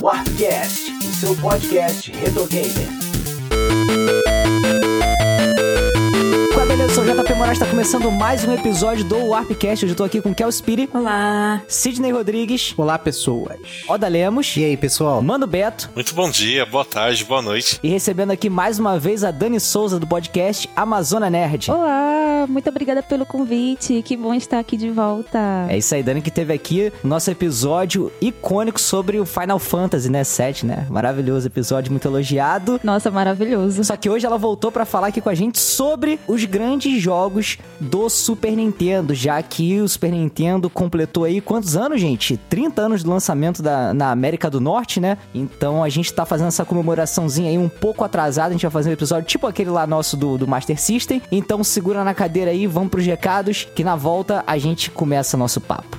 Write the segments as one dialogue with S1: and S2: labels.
S1: Warpcast, o seu podcast retro gamer.
S2: Olá, beleza? Eu sou o JP Moraes, tá começando mais um episódio do Warpcast. Hoje eu tô aqui com Kel Spiri,
S3: Olá.
S2: Sidney Rodrigues,
S4: Olá, pessoas.
S2: Oda Lemos,
S4: E aí, pessoal?
S2: Mano Beto
S5: Muito bom dia, boa tarde, boa noite.
S2: e recebendo aqui mais uma vez a Dani Souza do podcast Amazona Nerd.
S3: Olá, muito obrigada pelo convite. Que bom estar aqui de volta.
S2: É isso aí, Dani, que teve aqui o nosso episódio icônico sobre o Final Fantasy, né? 7, né? Maravilhoso episódio, muito elogiado.
S3: Nossa, maravilhoso.
S2: Só que hoje ela voltou pra falar aqui com a gente sobre os grandes jogos do Super Nintendo, já que o Super Nintendo completou aí quantos anos, gente? 30 anos do lançamento da, na América do Norte, né? Então a gente tá fazendo essa comemoraçãozinha aí um pouco atrasada, a gente vai fazer um episódio tipo aquele lá nosso do, do Master System. Então segura na cadeira aí, vamos pros recados, que na volta a gente começa nosso papo.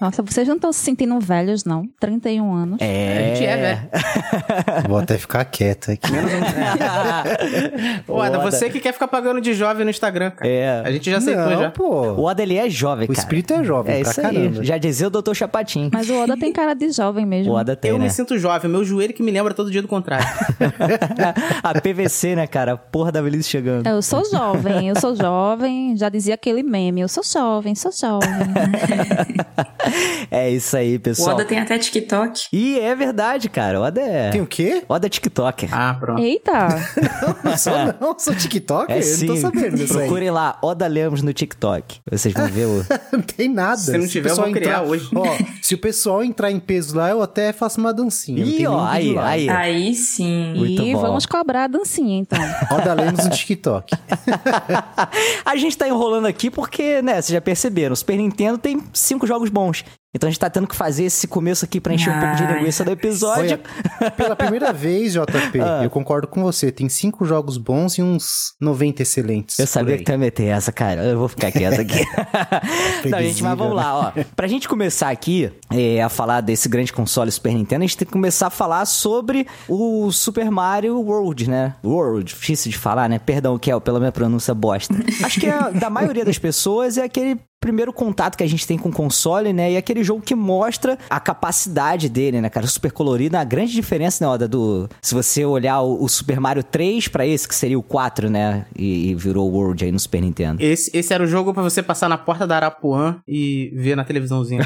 S3: Nossa, vocês não estão se sentindo velhos, não. 31 anos.
S2: É.
S6: A gente é velho.
S4: Vou até ficar quieto aqui.
S6: Pô, Ada, você que quer ficar pagando de jovem no Instagram, cara.
S2: É.
S6: A gente já aceitou
S4: Não,
S6: já.
S2: O
S4: pô.
S2: Oda, ele é jovem,
S4: O
S2: cara.
S4: espírito é jovem
S2: É
S4: pra
S2: isso
S4: caramba.
S2: aí. Já dizia o Dr. Chapatin.
S3: Mas o Oda tem cara de jovem
S2: O
S3: mesmo.
S2: Oda tem,
S6: eu
S2: né?
S6: me sinto jovem, meu joelho que me lembra todo dia do contrário.
S2: a PVC, né, cara? A Porra da velhice chegando.
S3: É, Eu sou jovem, eu sou jovem. Já dizia aquele meme, eu sou jovem, sou jovem.
S2: É isso aí,
S7: O
S2: pessoal.
S7: Oda tem até TikTok.
S2: E é verdade, cara. O Oda é...
S4: Tem o quê?
S2: Oda é tiktoker.
S6: ah, pronto.
S3: Eita!
S4: Não sou não, sou TikTok?
S2: é
S4: eu
S2: sim.
S4: não tô sabendo disso aí.
S2: Procurem lá, Oda Lemos no TikTok. Vocês vão ver o...
S4: Não tem nada.
S6: Se não
S4: o
S6: tiver, eu
S4: pessoal
S6: vou criar
S4: entrar-
S6: hoje.
S4: Ó, se o pessoal entrar em peso lá, eu até faço uma dancinha.
S2: Ih, ó, aí, um aí.
S7: Aí sim.
S2: Muito
S3: e
S2: bom.
S3: vamos cobrar a dancinha, então.
S4: Roda Lemos no TikTok.
S2: a gente tá enrolando aqui porque, né, vocês já perceberam, o Super Nintendo tem cinco jogos bons. Então a gente tá tendo que fazer esse começo aqui pra encher um pouco de
S7: Ai.
S2: linguiça do episódio.
S4: Olha, pela primeira vez, JP, eu concordo com você. Tem cinco jogos bons e uns 90 excelentes.
S2: Eu
S4: por
S2: sabia
S4: aí.
S2: que tu ia meter essa, cara. Eu vou ficar quieto aqui. Não, gente, mas vamos lá, Tá, ó. Pra gente começar aqui eh, a falar desse grande console Super Nintendo, a gente tem que começar a falar sobre o Super Mario World, né? World, difícil de falar, né? Perdão, Kel, pela minha pronúncia bosta. Acho que é, da maioria das pessoas é aquele primeiro contato que a gente tem com o console, né? E aquele jogo que mostra a capacidade dele, né, cara? Super colorido. A grande diferença, né, Oda, do... Se você olhar o, o Super Mario 3 pra esse, que seria o 4, né? E, e virou World aí no Super Nintendo.
S6: Esse, esse era o jogo pra você passar na porta da Arapuã e ver na televisãozinha.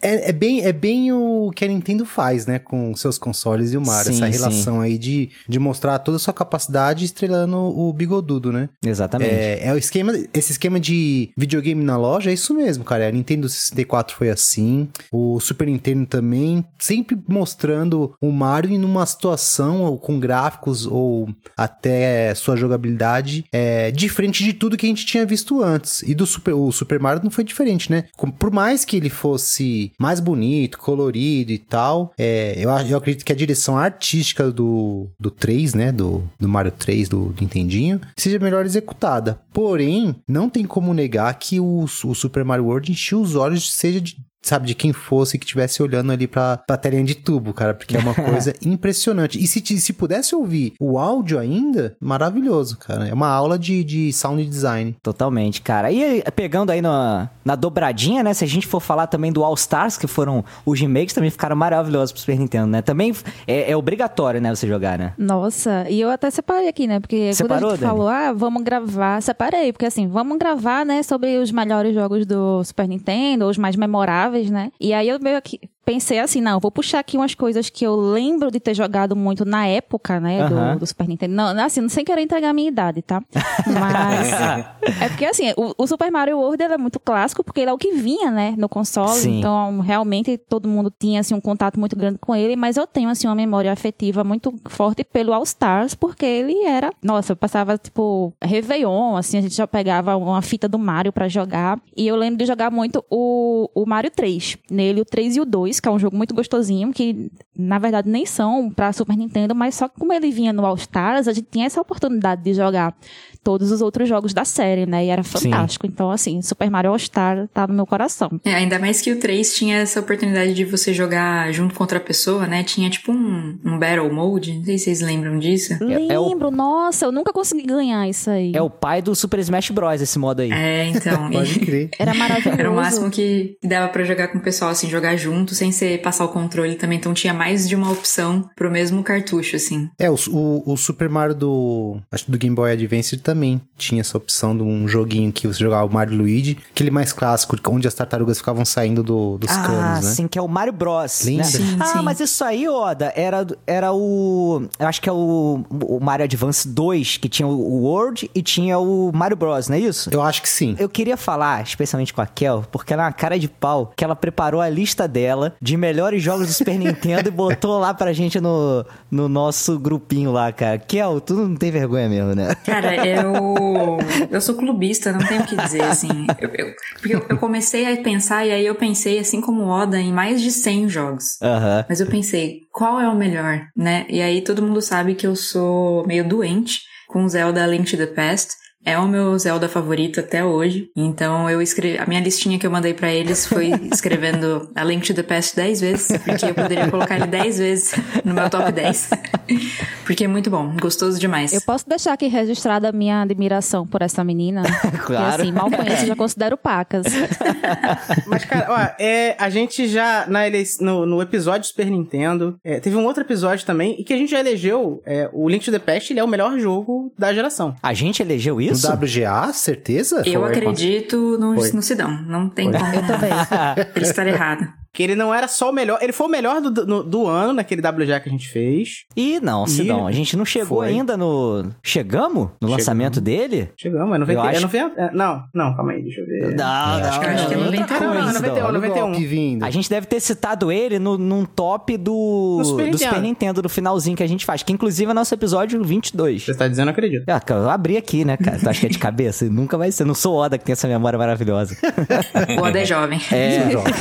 S4: É, é bem, é bem o que a Nintendo faz, né? Com seus consoles e o Mario.
S2: Sim,
S4: essa relação aí de, de mostrar toda a sua capacidade estrelando o bigodudo, né?
S2: Exatamente.
S4: É, é o esquema, esse esquema de videogame na loja é isso mesmo, cara. A Nintendo 64 foi assim, o Super Nintendo também, sempre mostrando o Mario em uma situação ou com gráficos ou até sua jogabilidade é diferente de tudo que a gente tinha visto antes. E do Super, o Super Mario não foi diferente, né? Com- Por mais que ele fosse mais bonito, colorido e tal, é, eu, a- eu acredito que a direção artística do, do 3, né? Do, do Mario 3, do, do Nintendinho, seja melhor executada. Porém, não tem como negar que o, o Super Mario World encheu os olhos, seja de sabe, de quem fosse que estivesse olhando ali pra, pra telinha de tubo, cara, porque é uma coisa impressionante. E se, ti- se pudesse ouvir o áudio ainda, maravilhoso, cara. É uma aula de, de sound design.
S2: Totalmente, cara. E eh, pegando aí na, na dobradinha, né? Se a gente for falar também do All Stars, que foram os remakes, também ficaram maravilhosos pro Super Nintendo, né? Também é, é obrigatório, né, você jogar, né?
S3: Nossa, e eu até separei aqui, né? Porque
S2: Separou,
S3: quando a gente
S2: Dani?
S3: falou, ah, vamos gravar, separei, porque assim, vamos gravar, né, sobre os melhores jogos do Super Nintendo, os mais memoráveis, né? E aí eu meio que pensei assim, não, vou puxar aqui umas coisas que eu lembro de ter jogado muito na época, né, do-
S2: Aham.
S3: do, Super Nintendo. Não, assim, não sem querer entregar a minha idade, tá? Mas é porque assim, o, o Super Mario World ele é muito clássico, porque ele é o que vinha, né, no console,
S2: Sim.
S3: então então, realmente todo mundo tinha assim um contato muito grande com ele, mas eu tenho assim uma memória afetiva muito forte pelo All Stars, porque ele era, nossa, eu passava tipo Réveillon, assim, a gente já pegava uma fita do Mario pra jogar, e eu lembro de jogar muito o, o Mario 3, nele o 3 e o 2 Race, que é um jogo muito gostosinho, que na verdade nem são pra Super Nintendo, mas só que como ele vinha no All Stars, a gente tinha essa oportunidade de jogar todos os outros jogos da série, né? E era fantástico. Então, assim, Super Mario All Star tá no meu coração.
S7: É, ainda mais que o 3 tinha essa oportunidade de você jogar junto com outra pessoa, né? Tinha tipo um, um Battle Mode, não sei se vocês lembram disso.
S2: É- é o-
S3: Lembro, nossa, eu nunca consegui ganhar isso aí.
S2: É o pai do Super Smash Bros. esse modo aí.
S7: É, então.
S4: Pode
S7: e-
S4: crer.
S3: Era maravilhoso.
S7: Era o máximo que dava pra jogar com o pessoal, assim, jogar junto, sem ser passar o controle também. Então tinha mais de uma opção pro mesmo cartucho, assim.
S4: É, o, o- o Super Mario do. Acho que do Game Boy Advance também tinha essa opção de um joguinho que você jogava o Mario e Luigi, aquele mais clássico, onde as tartarugas ficavam saindo do- dos
S2: Ah,
S4: canos, né?
S2: sim, que é o Mario Bros.
S4: Lembra?
S2: Né?
S7: Sim,
S2: ah,
S7: sim.
S2: mas isso aí, Oda, era, era o. Eu acho que é o, o Mario Advance 2, que tinha o World e tinha o Mario Bros, não é isso?
S4: Eu acho que sim.
S2: Eu queria falar, especialmente com a Kel, porque ela é uma cara de pau, que ela preparou a lista dela de melhores jogos do Super Nintendo e botou lá pra gente no, no nosso grupinho lá, cara. Kel, tu não tem vergonha mesmo, né?
S7: Cara, eu. Eu sou clubista, não tenho o que dizer, assim. Eu, eu- porque eu, eu comecei a pensar, e aí eu pensei, assim como o Oda, em mais de 100 jogos.
S2: Aham.
S7: Mas eu pensei, qual é o melhor, né? E aí todo mundo sabe que eu sou meio doente com Zelda Link to the Past. É o meu Zelda favorito até hoje. Então eu escrevi. A minha listinha que eu mandei pra eles foi escrevendo a Link to the Past 10 vezes, porque eu poderia colocar ele 10 vezes no meu top 10. Porque é muito bom, gostoso demais.
S3: Eu posso deixar aqui registrada a minha admiração por essa menina.
S2: Claro.
S3: Que, assim, mal conheço, já considero pacas.
S6: Mas, cara, ó, é, a gente já, na ele... no, no episódio do Super Nintendo, é, teve um outro episódio também, e que a gente já elegeu é, o Link to the Past, ele é o melhor jogo da geração.
S2: A gente elegeu
S4: No
S2: isso?
S4: WGA, certeza?
S7: Eu
S4: É Foi.
S7: acredito no,
S4: Foi.
S7: no Sidão. Não tem como
S3: Eu também.
S7: ele estar errado.
S6: Que ele não era só o melhor, ele foi o melhor do, do, do ano, naquele WGA que a gente fez.
S2: Ih, não, Sidão,
S6: Ih,
S2: a gente não chegou
S6: foi.
S2: ainda no. Chegamos? No lançamento dele?
S6: Chegamos, é 90.
S2: Eu acho-
S6: É 90 é, não, não, calma aí, deixa eu ver.
S2: Não,
S4: acho que- acho que é
S2: não,
S7: 91,
S2: não, não,
S6: não,
S2: Sidão.
S6: 91.
S4: Olha o
S6: 91.
S4: golpe vindo.
S2: A gente deve ter citado ele no, num top do,
S6: No Super
S2: do Super
S6: Nintendo.
S2: Nintendo, do finalzinho que a gente faz, que inclusive é nosso episódio 22.
S6: Você tá dizendo, eu acredito.
S2: Ah, cara, eu abri aqui, né, cara? Tu acha que é de cabeça? Nunca vai ser. Não sou Oda que tem essa memória maravilhosa.
S7: O Oda é jovem.
S4: Sou jovem.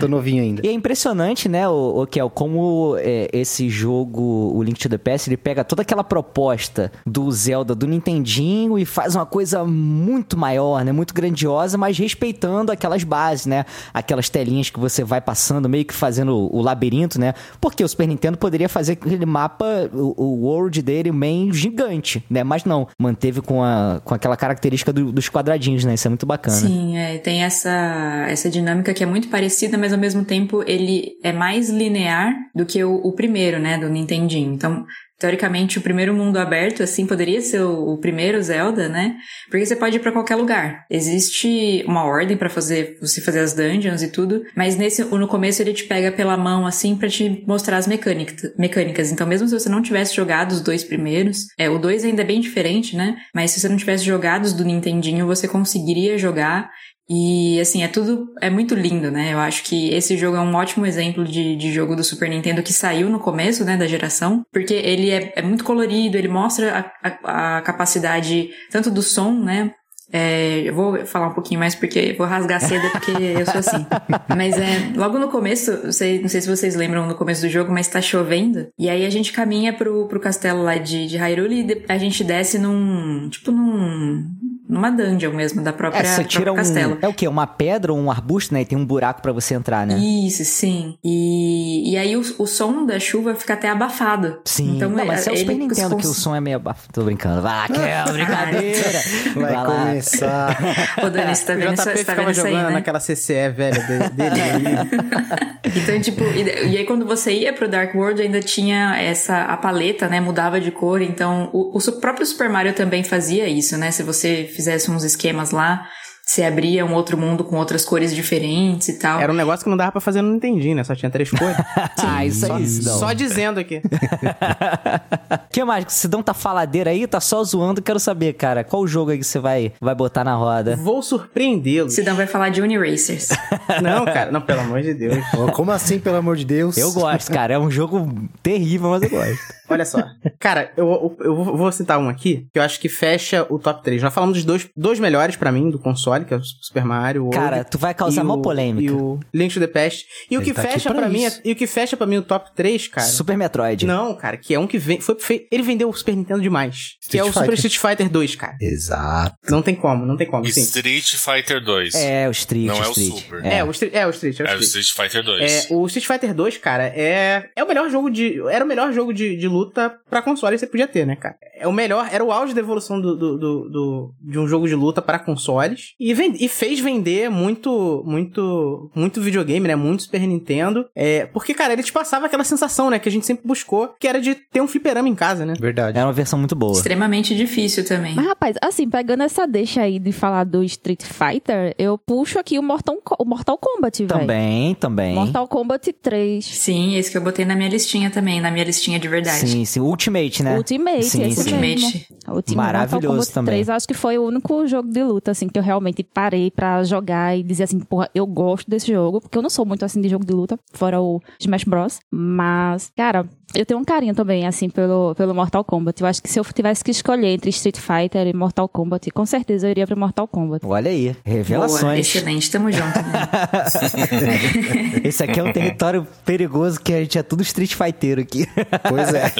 S4: Tô novinho ainda.
S2: E é impressionante, né, o, o Kel, como é, esse jogo, o Link to the Past, ele pega toda aquela proposta do Zelda, do Nintendinho e faz uma coisa muito maior, né, muito grandiosa, mas respeitando aquelas bases, né, aquelas telinhas que você vai passando, meio que fazendo o, o labirinto, né, porque o Super Nintendo poderia fazer aquele mapa, o, o world dele, meio gigante, né, mas não, manteve com, a, com aquela característica do- dos quadradinhos, né, isso é muito bacana.
S7: Sim, é, tem essa, essa dinâmica que é muito parecida, mas ao mesmo tempo ele é mais linear do que o, o primeiro, né, do Nintendinho. Então, teoricamente, o primeiro mundo aberto, assim, poderia ser o, o primeiro Zelda, né? Porque você pode ir pra qualquer lugar. Existe uma ordem pra fazer, você fazer as dungeons e tudo, mas nesse, no começo ele te pega pela mão, assim, pra te mostrar as mecânicas, mecânicas. Então, mesmo se você não tivesse jogado os dois primeiros, é, o dois ainda é bem diferente, né? Mas se você não tivesse jogado os do Nintendinho, você conseguiria jogar e assim, é tudo, é muito lindo, né? Eu acho que esse jogo é um ótimo exemplo de, de jogo do Super Nintendo que saiu no começo, né, da geração, porque ele é, é muito colorido, ele mostra a, a- a capacidade tanto do som, né? É, eu vou falar um pouquinho mais porque eu vou rasgar a seda porque eu sou assim. Mas é, logo no começo, não sei, não sei se vocês lembram no começo do jogo, mas tá chovendo. E aí a gente caminha pro, pro castelo lá de, de Hyrule e de- a gente desce num, tipo num, numa dungeon mesmo da própria,
S2: É, você tira
S7: próprio
S2: um.
S7: castelo.
S2: É o quê? Uma pedra ou um arbusto, né? E tem um buraco pra você entrar, né?
S7: Isso, sim. E, e aí o, o som da chuva fica até abafado.
S2: Sim,
S7: Então,
S2: não, mas
S7: é-
S2: é o Super
S7: ele-
S2: Nintendo que
S7: cons-
S2: o som é meio abafo. Tô brincando. Vai, Kel, brincadeira.
S4: Vai
S2: lá.
S4: começar.
S7: Ô, Dani, você tá
S6: o
S7: vendo,
S6: JP
S7: essa, você tá
S6: ficava
S7: vendo isso aí,
S6: jogando
S7: né? É,
S6: naquela CCE velha de- dele. ali.
S7: Então, tipo, e, e aí quando você ia pro Dark World ainda tinha essa a paleta, né? Mudava de cor. Então, o, o su- próprio Super Mario também fazia isso, né? Se você fizesse uns esquemas lá, você abria um outro mundo com outras cores diferentes e tal.
S6: Era um negócio que não dava pra fazer no Nintendinho, né? Só tinha três cores.
S2: Ah, isso
S6: só,
S2: aí, Sidão.
S6: só dizendo aqui.
S2: que mais? O Sidão tá faladeira aí, tá só zoando. Quero saber, cara, qual jogo aí que você vai, vai botar na roda?
S6: Vou
S2: um
S6: surpreendê-los.
S7: Sidão vai falar de Uniracers.
S6: Não, cara, não, pelo amor de Deus.
S4: Ó, Como assim, pelo amor de Deus?
S2: Eu gosto, cara. É um jogo terrível, mas eu gosto.
S6: Olha só. Cara, eu, eu vou- vou citar um aqui que eu acho que fecha o top 3. Nós falamos dos dois, dois melhores pra mim do console. trabalho, que é o Super Mario. o
S2: Cara,
S6: Old,
S2: tu vai causar
S6: e
S2: mó
S6: o-
S2: polêmica.
S6: E o Link to the Past. E o
S4: Ele
S6: que
S4: tá aqui
S6: fecha
S4: pra
S6: pra mim, é-
S4: isso.
S6: e o que fecha para mim o top 3, cara.
S2: Super Metroid.
S6: Não, cara, que é um que vem, foi feito, ele vendeu o Super Nintendo demais, que é o
S4: Street
S6: Super
S4: Fighter.
S6: Street Fighter 2, cara.
S4: Exato.
S6: Não tem como, não tem como, sim.
S5: Street Fighter 2.
S2: É, o Street.
S5: Não é o
S2: Street.
S5: Super.
S6: É, o Street, é o Street, é o
S5: É o
S6: Street.
S5: Street Fighter 2.
S6: É, o Street Fighter 2, cara, é, é o melhor jogo de. Era o melhor jogo de, de luta pra console que você podia ter, né, cara? É o melhor, era o auge da evolução do, do, do- do- de um jogo de luta pra consoles. E, ven- e fez vender muito, muito, muito videogame, né? Muito Super Nintendo. É, porque, cara, ele te passava aquela sensação, né, que a gente sempre buscou, que era de ter um fliperama em casa, né?
S4: Verdade.
S2: Era É uma versão muito boa. Ah.
S7: Extremamente difícil também.
S3: Mas, rapaz, assim, pegando essa deixa aí de falar do Street Fighter, eu puxo aqui o Mortal, Co- o Mortal Kombat, velho.
S2: Também, também.
S3: Mortal Kombat 3.
S7: Sim, esse que eu botei na minha listinha também, na minha listinha de verdade.
S2: Sim, sim. Ultimate, né?
S3: Ultimate,
S2: Sim,
S3: esse
S2: sim.
S3: mesmo.
S7: Ultimate.
S3: Ultimate
S2: Maravilhoso
S3: Mortal Kombat
S2: também.
S3: 3, acho que foi o único jogo de luta, assim, que eu realmente parei pra jogar e dizer assim, porra, eu gosto desse jogo, porque eu não sou muito assim de jogo de luta, fora o Smash Bros. Mas, cara, eu tenho um carinho também, assim, pelo, pelo Mortal Kombat. Eu acho que se eu tivesse que escolher entre Street Fighter e Mortal Kombat, com certeza eu iria pra Mortal Kombat.
S2: Olha aí,
S7: Boa,
S2: revelações.
S7: excelente, tamo junto. Né?
S2: Esse aqui é um território perigoso que a gente é tudo Street Fighter aqui.
S4: Pois é.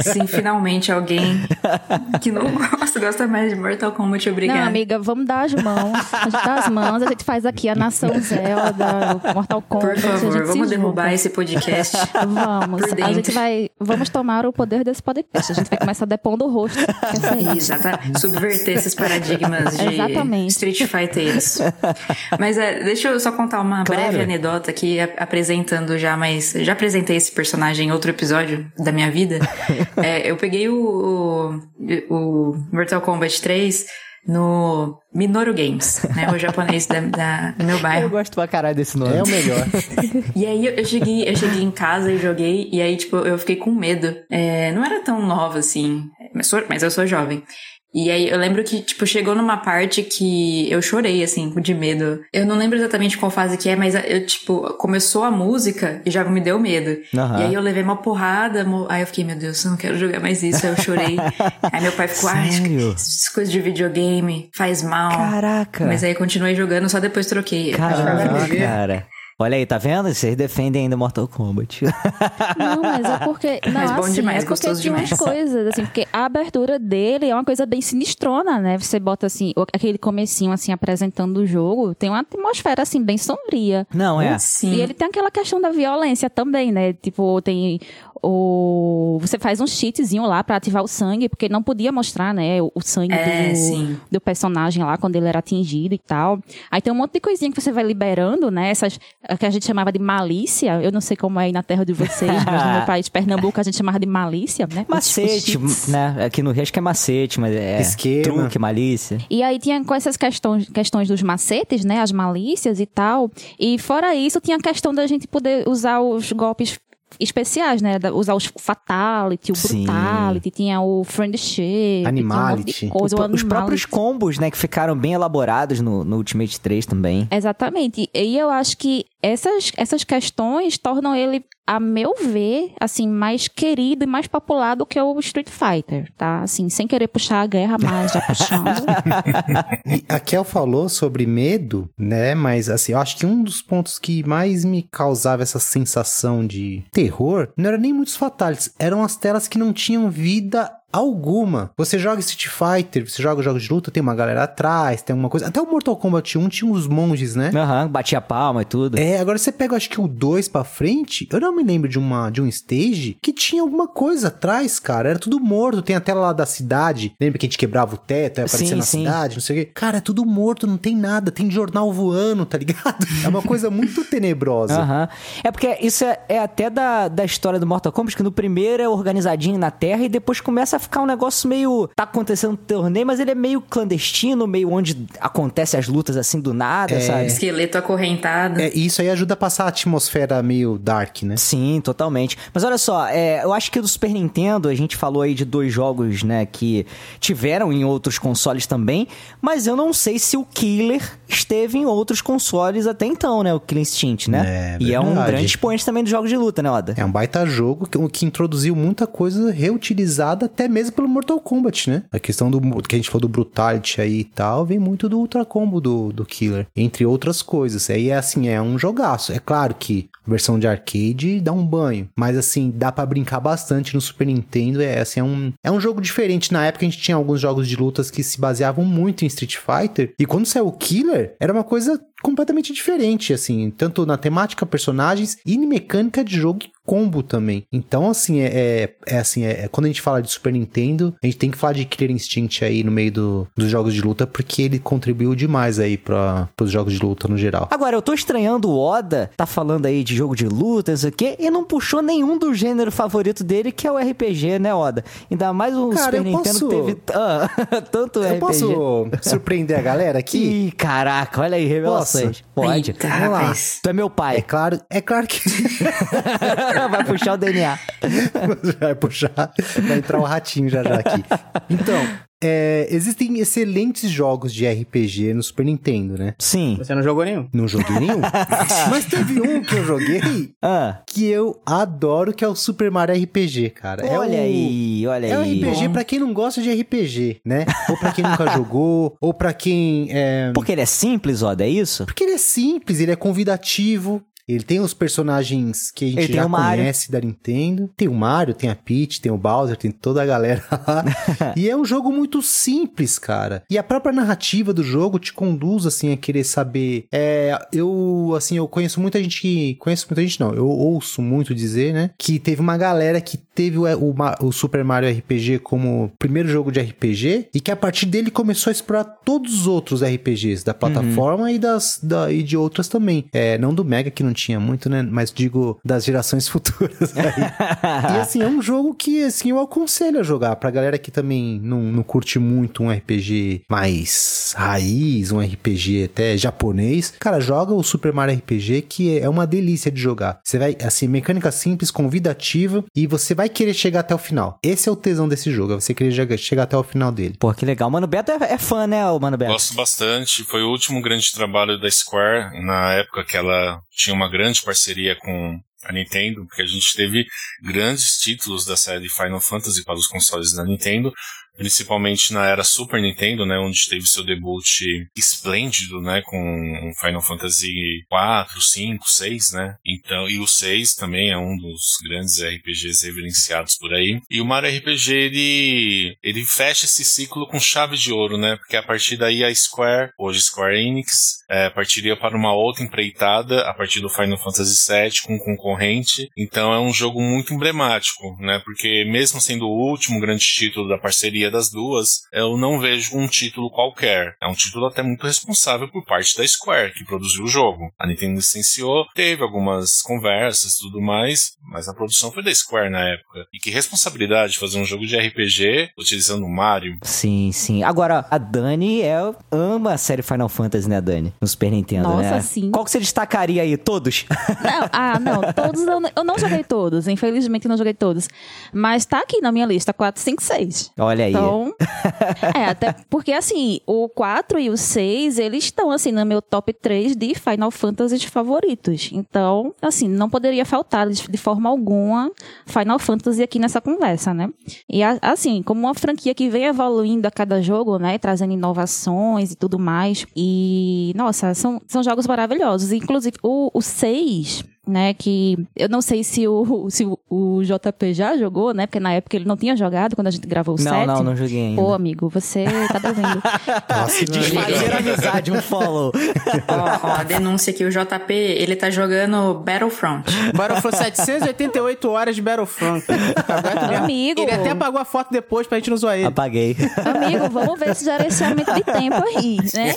S7: Sim, finalmente alguém que não gosta, gosta mais de Mortal Kombat, obrigada.
S3: Não, amiga, vamos dar as mãos. A gente dá as mãos, a gente faz aqui a Nação Zelda, o Mortal Kombat.
S7: Por
S3: a gente
S7: favor,
S3: se
S7: vamos derrubar
S3: junta.
S7: esse podcast.
S3: Vamos,
S7: Por
S3: a
S7: dentro.
S3: gente vai. Vamos tomar o poder desse podcast. A gente vai começar depondo o rosto. assim, Essa aí.
S7: Exata, subverter esses paradigmas de
S3: Exatamente.
S7: Street Fighters. Mas é, deixa eu só contar uma breve anedota aqui, a- apresentando já, mas já apresentei esse personagem em outro episódio da minha vida. É, eu peguei o, o, o Mortal Kombat 3 no Minoru Games, né? O japonês da, da- do meu bairro.
S2: Eu gosto pra caralho desse nome.
S4: É o melhor.
S7: E aí eu- eu cheguei, eu cheguei em casa e joguei, e aí, tipo, eu fiquei com medo. É, não era tão nova assim, mas, sou- mas eu sou jovem. E aí eu lembro que, tipo, chegou numa parte que eu chorei, assim, de medo. Eu não lembro exatamente qual fase que é, mas eu, tipo, começou a música e já me deu medo.
S2: Aham.
S7: E aí eu levei uma porrada, mo- aí eu fiquei, meu Deus, eu não quero jogar mais isso. Aí eu chorei. aí meu pai ficou, ah,
S2: Sério?
S7: essas coisas de videogame, faz mal.
S2: Caraca.
S7: Mas aí continuei jogando, só depois troquei.
S2: Caramba,
S6: Caraca.
S2: cara. Olha aí, tá vendo? Vocês defendem ainda Mortal Kombat.
S3: Não, mas é porque. Não,
S7: Mas bom
S3: assim,
S7: demais,
S3: é porque
S7: gostoso
S3: tinha umas
S7: demais.
S3: coisas, assim, porque a abertura dele é uma coisa bem sinistrona, né? Você bota assim, o- aquele comecinho assim, apresentando o jogo, tem uma atmosfera assim, bem sombria.
S2: Não, é.
S7: Sim.
S3: E ele tem aquela questão da violência também, né? Tipo, tem o. Você faz um cheatzinho lá pra ativar o sangue, porque não podia mostrar, né? O o sangue
S7: É,
S3: do,
S7: sim.
S3: do personagem lá quando ele era atingido e tal. Aí tem um monte de coisinha que você vai liberando, né? Essas eh, que a gente chamava de malícia. Eu não sei como é aí na terra de vocês, mas no meu país, Pernambuco, a gente chamava de malícia,
S2: é
S3: né? Os- os
S2: Macete,
S3: cheats.
S2: né? Aqui no Rio acho que é macete, mas é
S4: Esquema.
S2: truque, malícia.
S3: E aí tinha com essas questões, questões dos macetes, né? As malícias e tal. E fora isso, tinha a questão da gente poder usar os golpes especiais, né? Da- usar os fatality, o
S2: Sim.
S3: brutality, tinha o friendship. tinha um monte de
S4: Animality.
S3: coisa, o
S2: Os próprios
S3: animality.
S2: combos, né, que ficaram bem elaborados no, no Ultimate 3 também.
S3: Exatamente. E eu acho que essas, essas questões tornam ele, a meu ver, assim, mais querido e mais popular do que o Street Fighter, tá? Assim, sem querer puxar a guerra, mas já puxando.
S4: E a Kel falou sobre medo, né? Mas assim, eu acho que um dos pontos que mais me causava essa sensação de terror não era nem muitos fatales, eram as telas que não tinham vida alguma. Você joga Street Fighter, você joga jogos de luta, tem uma galera atrás, tem alguma coisa. Até o Mortal Kombat 1 tinha uns monges, né?
S2: Aham, batia palma e tudo.
S4: É, agora você pega, acho que o 2 pra frente, eu não me lembro de uma de um stage que tinha alguma coisa atrás, cara. Era tudo morto, tem a tela lá da cidade. Lembra que a gente quebrava o teto, aí aparecia
S2: Sim,
S4: na
S2: sim.
S4: cidade, não sei o quê. Cara, é tudo morto, não tem nada, tem jornal voando, tá ligado? É uma coisa muito tenebrosa.
S2: Aham. É porque isso é, é até da, da história do Mortal Kombat, que no primeiro é organizadinho na Terra e depois começa a ficar um negócio meio. Tá acontecendo um torneio, mas ele é meio clandestino, meio onde acontece as lutas assim do nada, sabe?
S7: Esqueleto acorrentado.
S4: É, e isso aí ajuda a passar a atmosfera meio dark, né?
S2: Sim, totalmente. Mas olha só, é, eu acho que do Super Nintendo, a gente falou aí de dois jogos, né, que tiveram em outros consoles também, mas eu não sei se o Killer esteve em outros consoles até então, né, o Killer Instinct, né?
S4: É,
S2: e é um
S4: verdade.
S2: grande expoente também dos jogos de luta, né, Oda?
S4: É um baita jogo que, que introduziu muita coisa reutilizada até mesmo pelo Mortal Kombat, né? A questão do que a gente falou do Brutality aí e tal, vem muito do Ultra Combo do, do Killer, entre outras coisas. Aí é assim, é um jogaço. É claro que a versão de arcade dá um banho, mas assim, dá pra brincar bastante no Super Nintendo. É assim, é um, é um jogo diferente. Na época a gente tinha alguns jogos de lutas que se baseavam muito em Street Fighter, e quando saiu o Killer, era uma coisa completamente diferente, assim, tanto na temática, personagens e em mecânica de jogo e combo também. Então, assim, é, é- é assim, é, é- quando a gente fala de Super Nintendo, a gente tem que falar de Killer Instinct aí no meio do- dos jogos de luta, porque ele contribuiu demais aí para os jogos de luta no geral.
S2: Agora, eu tô estranhando o Oda, tá falando aí de jogo de luta, não sei o quê, e não puxou nenhum do gênero favorito dele, que é o RPG, né, Oda? Ainda mais o
S4: Cara,
S2: Super
S4: eu
S2: Nintendo
S4: posso-
S2: que teve ah, tanto
S4: Eu
S2: RPG.
S4: posso surpreender a galera aqui?
S2: Ih, caraca, olha aí, revelações. Pode.
S7: Eita,
S2: Vamos lá.
S7: rapaz.
S2: Tu é meu
S4: É
S2: pai.
S4: claro, é claro que
S2: Vai puxar o DNA.
S4: vai puxar, vai entrar o ratinho já já aqui. Então, é, existem excelentes jogos de RPG no Super Nintendo, né?
S2: Sim.
S6: Você não jogou nenhum.
S4: Não joguei nenhum. Mas teve um que eu joguei
S2: Ah,
S4: que eu adoro, que é o Super Mario RPG, cara. É
S2: olha
S4: o-
S2: aí, olha
S4: É um
S2: aí.
S4: RPG pra quem não gosta de RPG, né? Ou pra quem nunca jogou, ou pra quem é,
S2: Porque ele é simples, Oda, é isso?
S4: Porque ele é simples, ele é convidativo. Ele tem os personagens que a gente
S2: Ele tem
S4: já
S2: o Mario.
S4: conhece da Nintendo. Tem o Mario, tem a Peach, tem o Bowser, tem toda a galera lá. e é um jogo muito simples, cara. E a própria narrativa do jogo te conduz, assim, a querer saber. É, eu, assim, eu conheço muita gente que... Conheço muita gente, não. Eu ouço muito dizer, né? Que teve uma galera que teve o, o Ma- o Super Mario RPG como primeiro jogo de RPG. E que a partir dele começou a explorar todos os outros RPGs da plataforma e, das, da- e de outras também. É, não do Mega, que não tinha muito, né? Mas digo das gerações futuras aí.
S2: Ah.
S4: E assim, é um jogo que assim, eu aconselho a jogar pra galera que também não, não curte muito um RPG mais raiz, um RPG até japonês. Cara, joga o Super Mario RPG que é uma delícia de jogar. Você vai, assim, mecânica simples, convidativa e você vai querer chegar até o final. Esse é o tesão desse jogo, é você querer jogar- chegar até o final dele.
S2: Pô, que legal. Mano Beto é, é fã, né, o Mano Beto?
S5: Gosto bastante. Foi o último grande trabalho da Square, na época que ela tinha uma grande parceria com a Nintendo, porque a gente teve grandes títulos da série Final Fantasy para os consoles da Nintendo, principalmente na era Super Nintendo, né, onde teve seu debut esplêndido, né, com Final Fantasy 4, 5, 6, né? Então, e o 6 também é um dos grandes RPGs reverenciados por aí. E o Mario RPG ele ele fecha esse ciclo com chave de ouro, né? Porque a partir daí a Square, hoje Square Enix, é, partiria para uma outra empreitada a partir do Final Fantasy VII com um concorrente. Então é um jogo muito emblemático, né? Porque mesmo sendo o último grande título da parceria das duas, eu não vejo um título qualquer. É um título até muito responsável por parte da Square, que produziu o jogo. A Nintendo licenciou, teve algumas conversas e tudo mais, mas a produção foi da Square na época. E que responsabilidade fazer um jogo de RPG utilizando o Mario.
S2: Sim, sim. Agora, a Dani é, ama a série Final Fantasy, né, Dani? No Super Nintendo,
S3: Nossa,
S2: né?
S3: sim.
S2: Qual que você destacaria aí? Todos?
S3: Não, ah, não, todos eu, eu não joguei todos, infelizmente não joguei todos. Mas tá aqui na minha lista, 4, 5, 6.
S2: Olha aí.
S3: Então, é, até porque assim, o 4 e o 6, eles estão assim no meu top 3 de Final Fantasy favoritos. Então, assim, não poderia faltar de, de forma alguma Final Fantasy aqui nessa conversa, né? E a- assim, como uma franquia que vem evoluindo a cada jogo, né, trazendo inovações e tudo mais. E nossa, são, são jogos maravilhosos, inclusive o o 6 né, que eu não sei se o, se o- o JP já jogou, né? Porque na época ele não tinha jogado quando a gente gravou o
S2: não,
S3: 7.
S2: não, não joguei ainda.
S3: Pô, amigo, você tá devendo.
S4: Nossa, é
S2: Desfazer a amizade, um follow.
S7: Ó, ó, a denúncia aqui, o JP, ele tá jogando Battlefront.
S6: Battlefront 788 horas de Battlefront. Agora tu lembra.
S3: Amigo.
S6: Ele até apagou a foto depois pra gente não zoar ele.
S2: Apaguei.
S3: Amigo, vamos ver esse gerenciamento de tempo aí, né?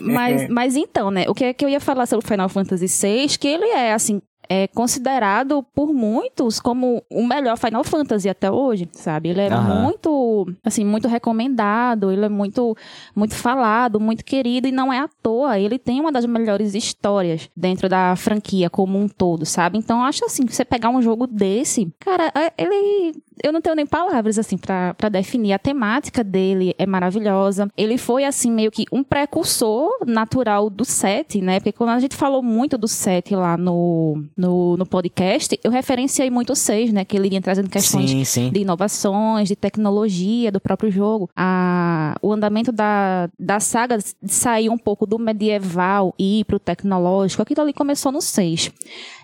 S3: Mas, mas então, né? O que é que eu ia falar sobre o Final Fantasy VI? Que ele é, assim, é considerado por muitos como o melhor Final Fantasy até hoje, sabe? Ele é
S2: Aham.
S3: muito, assim, muito recomendado, ele é muito, muito falado, muito querido e não é à toa. Ele tem uma das melhores histórias dentro da franquia como um todo, sabe? Então, eu acho assim, que você pegar um jogo desse, cara, é- ele eu não tenho nem palavras, assim, pra pra definir. A temática dele é maravilhosa. Ele foi, assim, meio que um precursor natural do set, né? Porque quando a gente falou muito do set lá no, no, no podcast, eu referenciei muito o 6, né? Que ele ia trazendo questões
S2: Sim, sim.
S3: de inovações, de tecnologia do próprio jogo. A, o andamento da, da saga s- saiu um pouco do medieval e ir pro tecnológico. Aquilo ali começou no 6.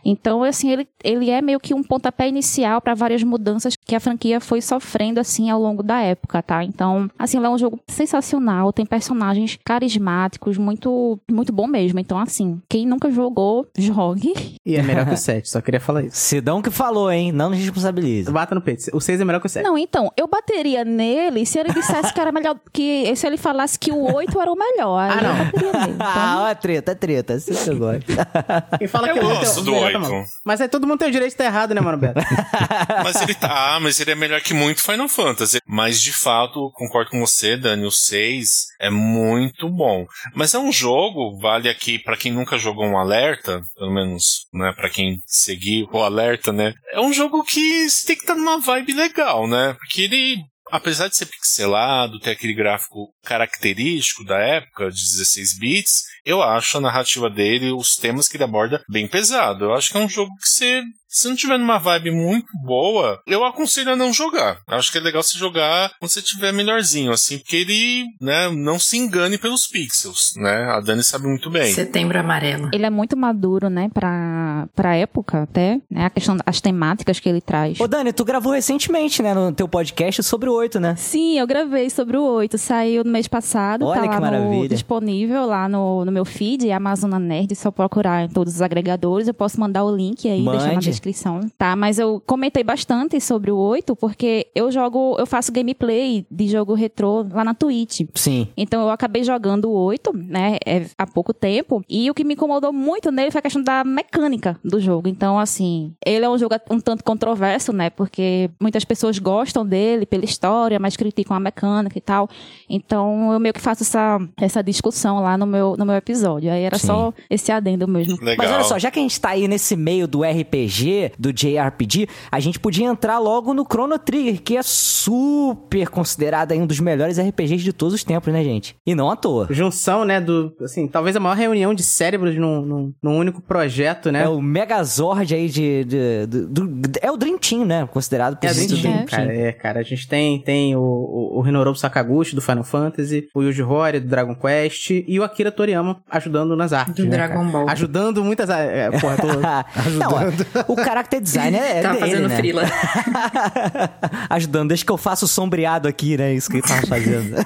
S3: Então, assim, ele, ele é meio que um pontapé inicial para várias mudanças que a franquia foi sofrendo, assim, ao longo da época, tá? Então, assim, ele é um jogo sensacional, tem personagens carismáticos, muito, muito bom mesmo. Então, assim, quem nunca jogou, jogue.
S6: E é melhor que o 7, só queria falar isso.
S2: Sidão que falou, hein? Não nos responsabilize.
S6: Bata no peito. O 6 é melhor que o 7.
S3: Não, então, eu bateria nele se ele dissesse que era melhor que. Se ele falasse que o 8 era o melhor. aí
S6: Ah, não.
S3: Eu bateria nele.
S2: Ah,
S3: Então,
S2: ó, é treta, é treta. Assim que eu gosto.
S6: Quem fala
S5: Eu
S6: que é o oito é o
S5: gosto do
S6: melhor, tá
S5: oito.
S6: maluco. Mas aí todo mundo tem o direito de estar errado, né, mano, Beto?
S5: Mas ele tá. Ah, mas ele é melhor que muito Final Fantasy. Mas de fato, concordo com você, Dani, o 6 é muito bom. Mas é um jogo, vale aqui pra quem nunca jogou um alerta, pelo menos, né, para quem seguir o alerta, né? É um jogo que você tem que estar numa vibe legal, né? Porque ele apesar de ser pixelado, ter aquele gráfico característico da época, de 16 bits, eu acho a narrativa dele, os temas que ele aborda, bem pesado. Eu acho que é um jogo que você. Se não tiver numa vibe muito boa, eu aconselho a não jogar. Eu Acho que é legal você jogar quando você tiver melhorzinho, assim, porque ele, né, não se engane pelos pixels, né? A Dani sabe muito bem.
S7: Setembro amarelo.
S3: ele é muito maduro, né, pra, pra época até. Né, a questão das temáticas que ele traz.
S2: Ô, Dani, tu gravou recentemente, né? No teu podcast sobre o 8, né?
S3: Sim, eu gravei sobre o 8. Saiu no mês passado.
S2: Olha
S3: tá
S2: que
S3: lá no-
S2: maravilha.
S3: disponível lá no, no meu feed, é Amazona Nerd. Só procurar em todos os agregadores. Eu posso mandar o link aí, deixar na
S2: Mande.
S3: descrição. Tá, mas eu comentei bastante sobre o 8, porque eu jogo, eu faço gameplay de jogo retrô lá na Twitch.
S2: Sim.
S3: Então eu acabei jogando o 8, né, é, há pouco tempo, e o que me incomodou muito nele foi a questão da mecânica do jogo. Então, assim, ele é um jogo um tanto controverso, né, porque muitas pessoas gostam dele pela história, mas criticam a mecânica e tal. Então eu meio que faço essa, essa discussão lá no meu, no meu episódio. Aí era
S2: Sim.
S3: só esse adendo mesmo.
S5: Legal.
S2: Mas olha só, já que a gente tá aí nesse meio do RPG, do JRPG, a gente podia entrar logo no Chrono Trigger, que é super considerado aí um dos melhores RPGs de todos os tempos, né, gente? E não à toa.
S6: Junção, né, do... Assim, talvez a maior reunião de cérebros num, num, num único projeto, né?
S2: É o Megazord aí de. de- de- do- é o Dream Team, né? Considerado por
S6: É, a
S2: ser
S6: gente
S2: o
S3: Dream
S6: tem,
S3: Team,
S6: cara, é, cara, a gente tem, tem o, o, o Hinorobu Sakaguchi do Final Fantasy, o Yuji Horii do Dragon Quest e o Akira Toriyama ajudando nas artes,
S7: Do
S6: né,
S7: Dragon
S6: cara?
S7: Ball.
S6: Ajudando muitas... a- É, porra, tô...
S2: Não, o character design é, é
S7: Tava
S2: dele,
S7: Tá fazendo
S2: né?
S7: frila.
S2: Ajudando, deixa que eu faço o sombreado aqui, né? Isso que ele tava fazendo.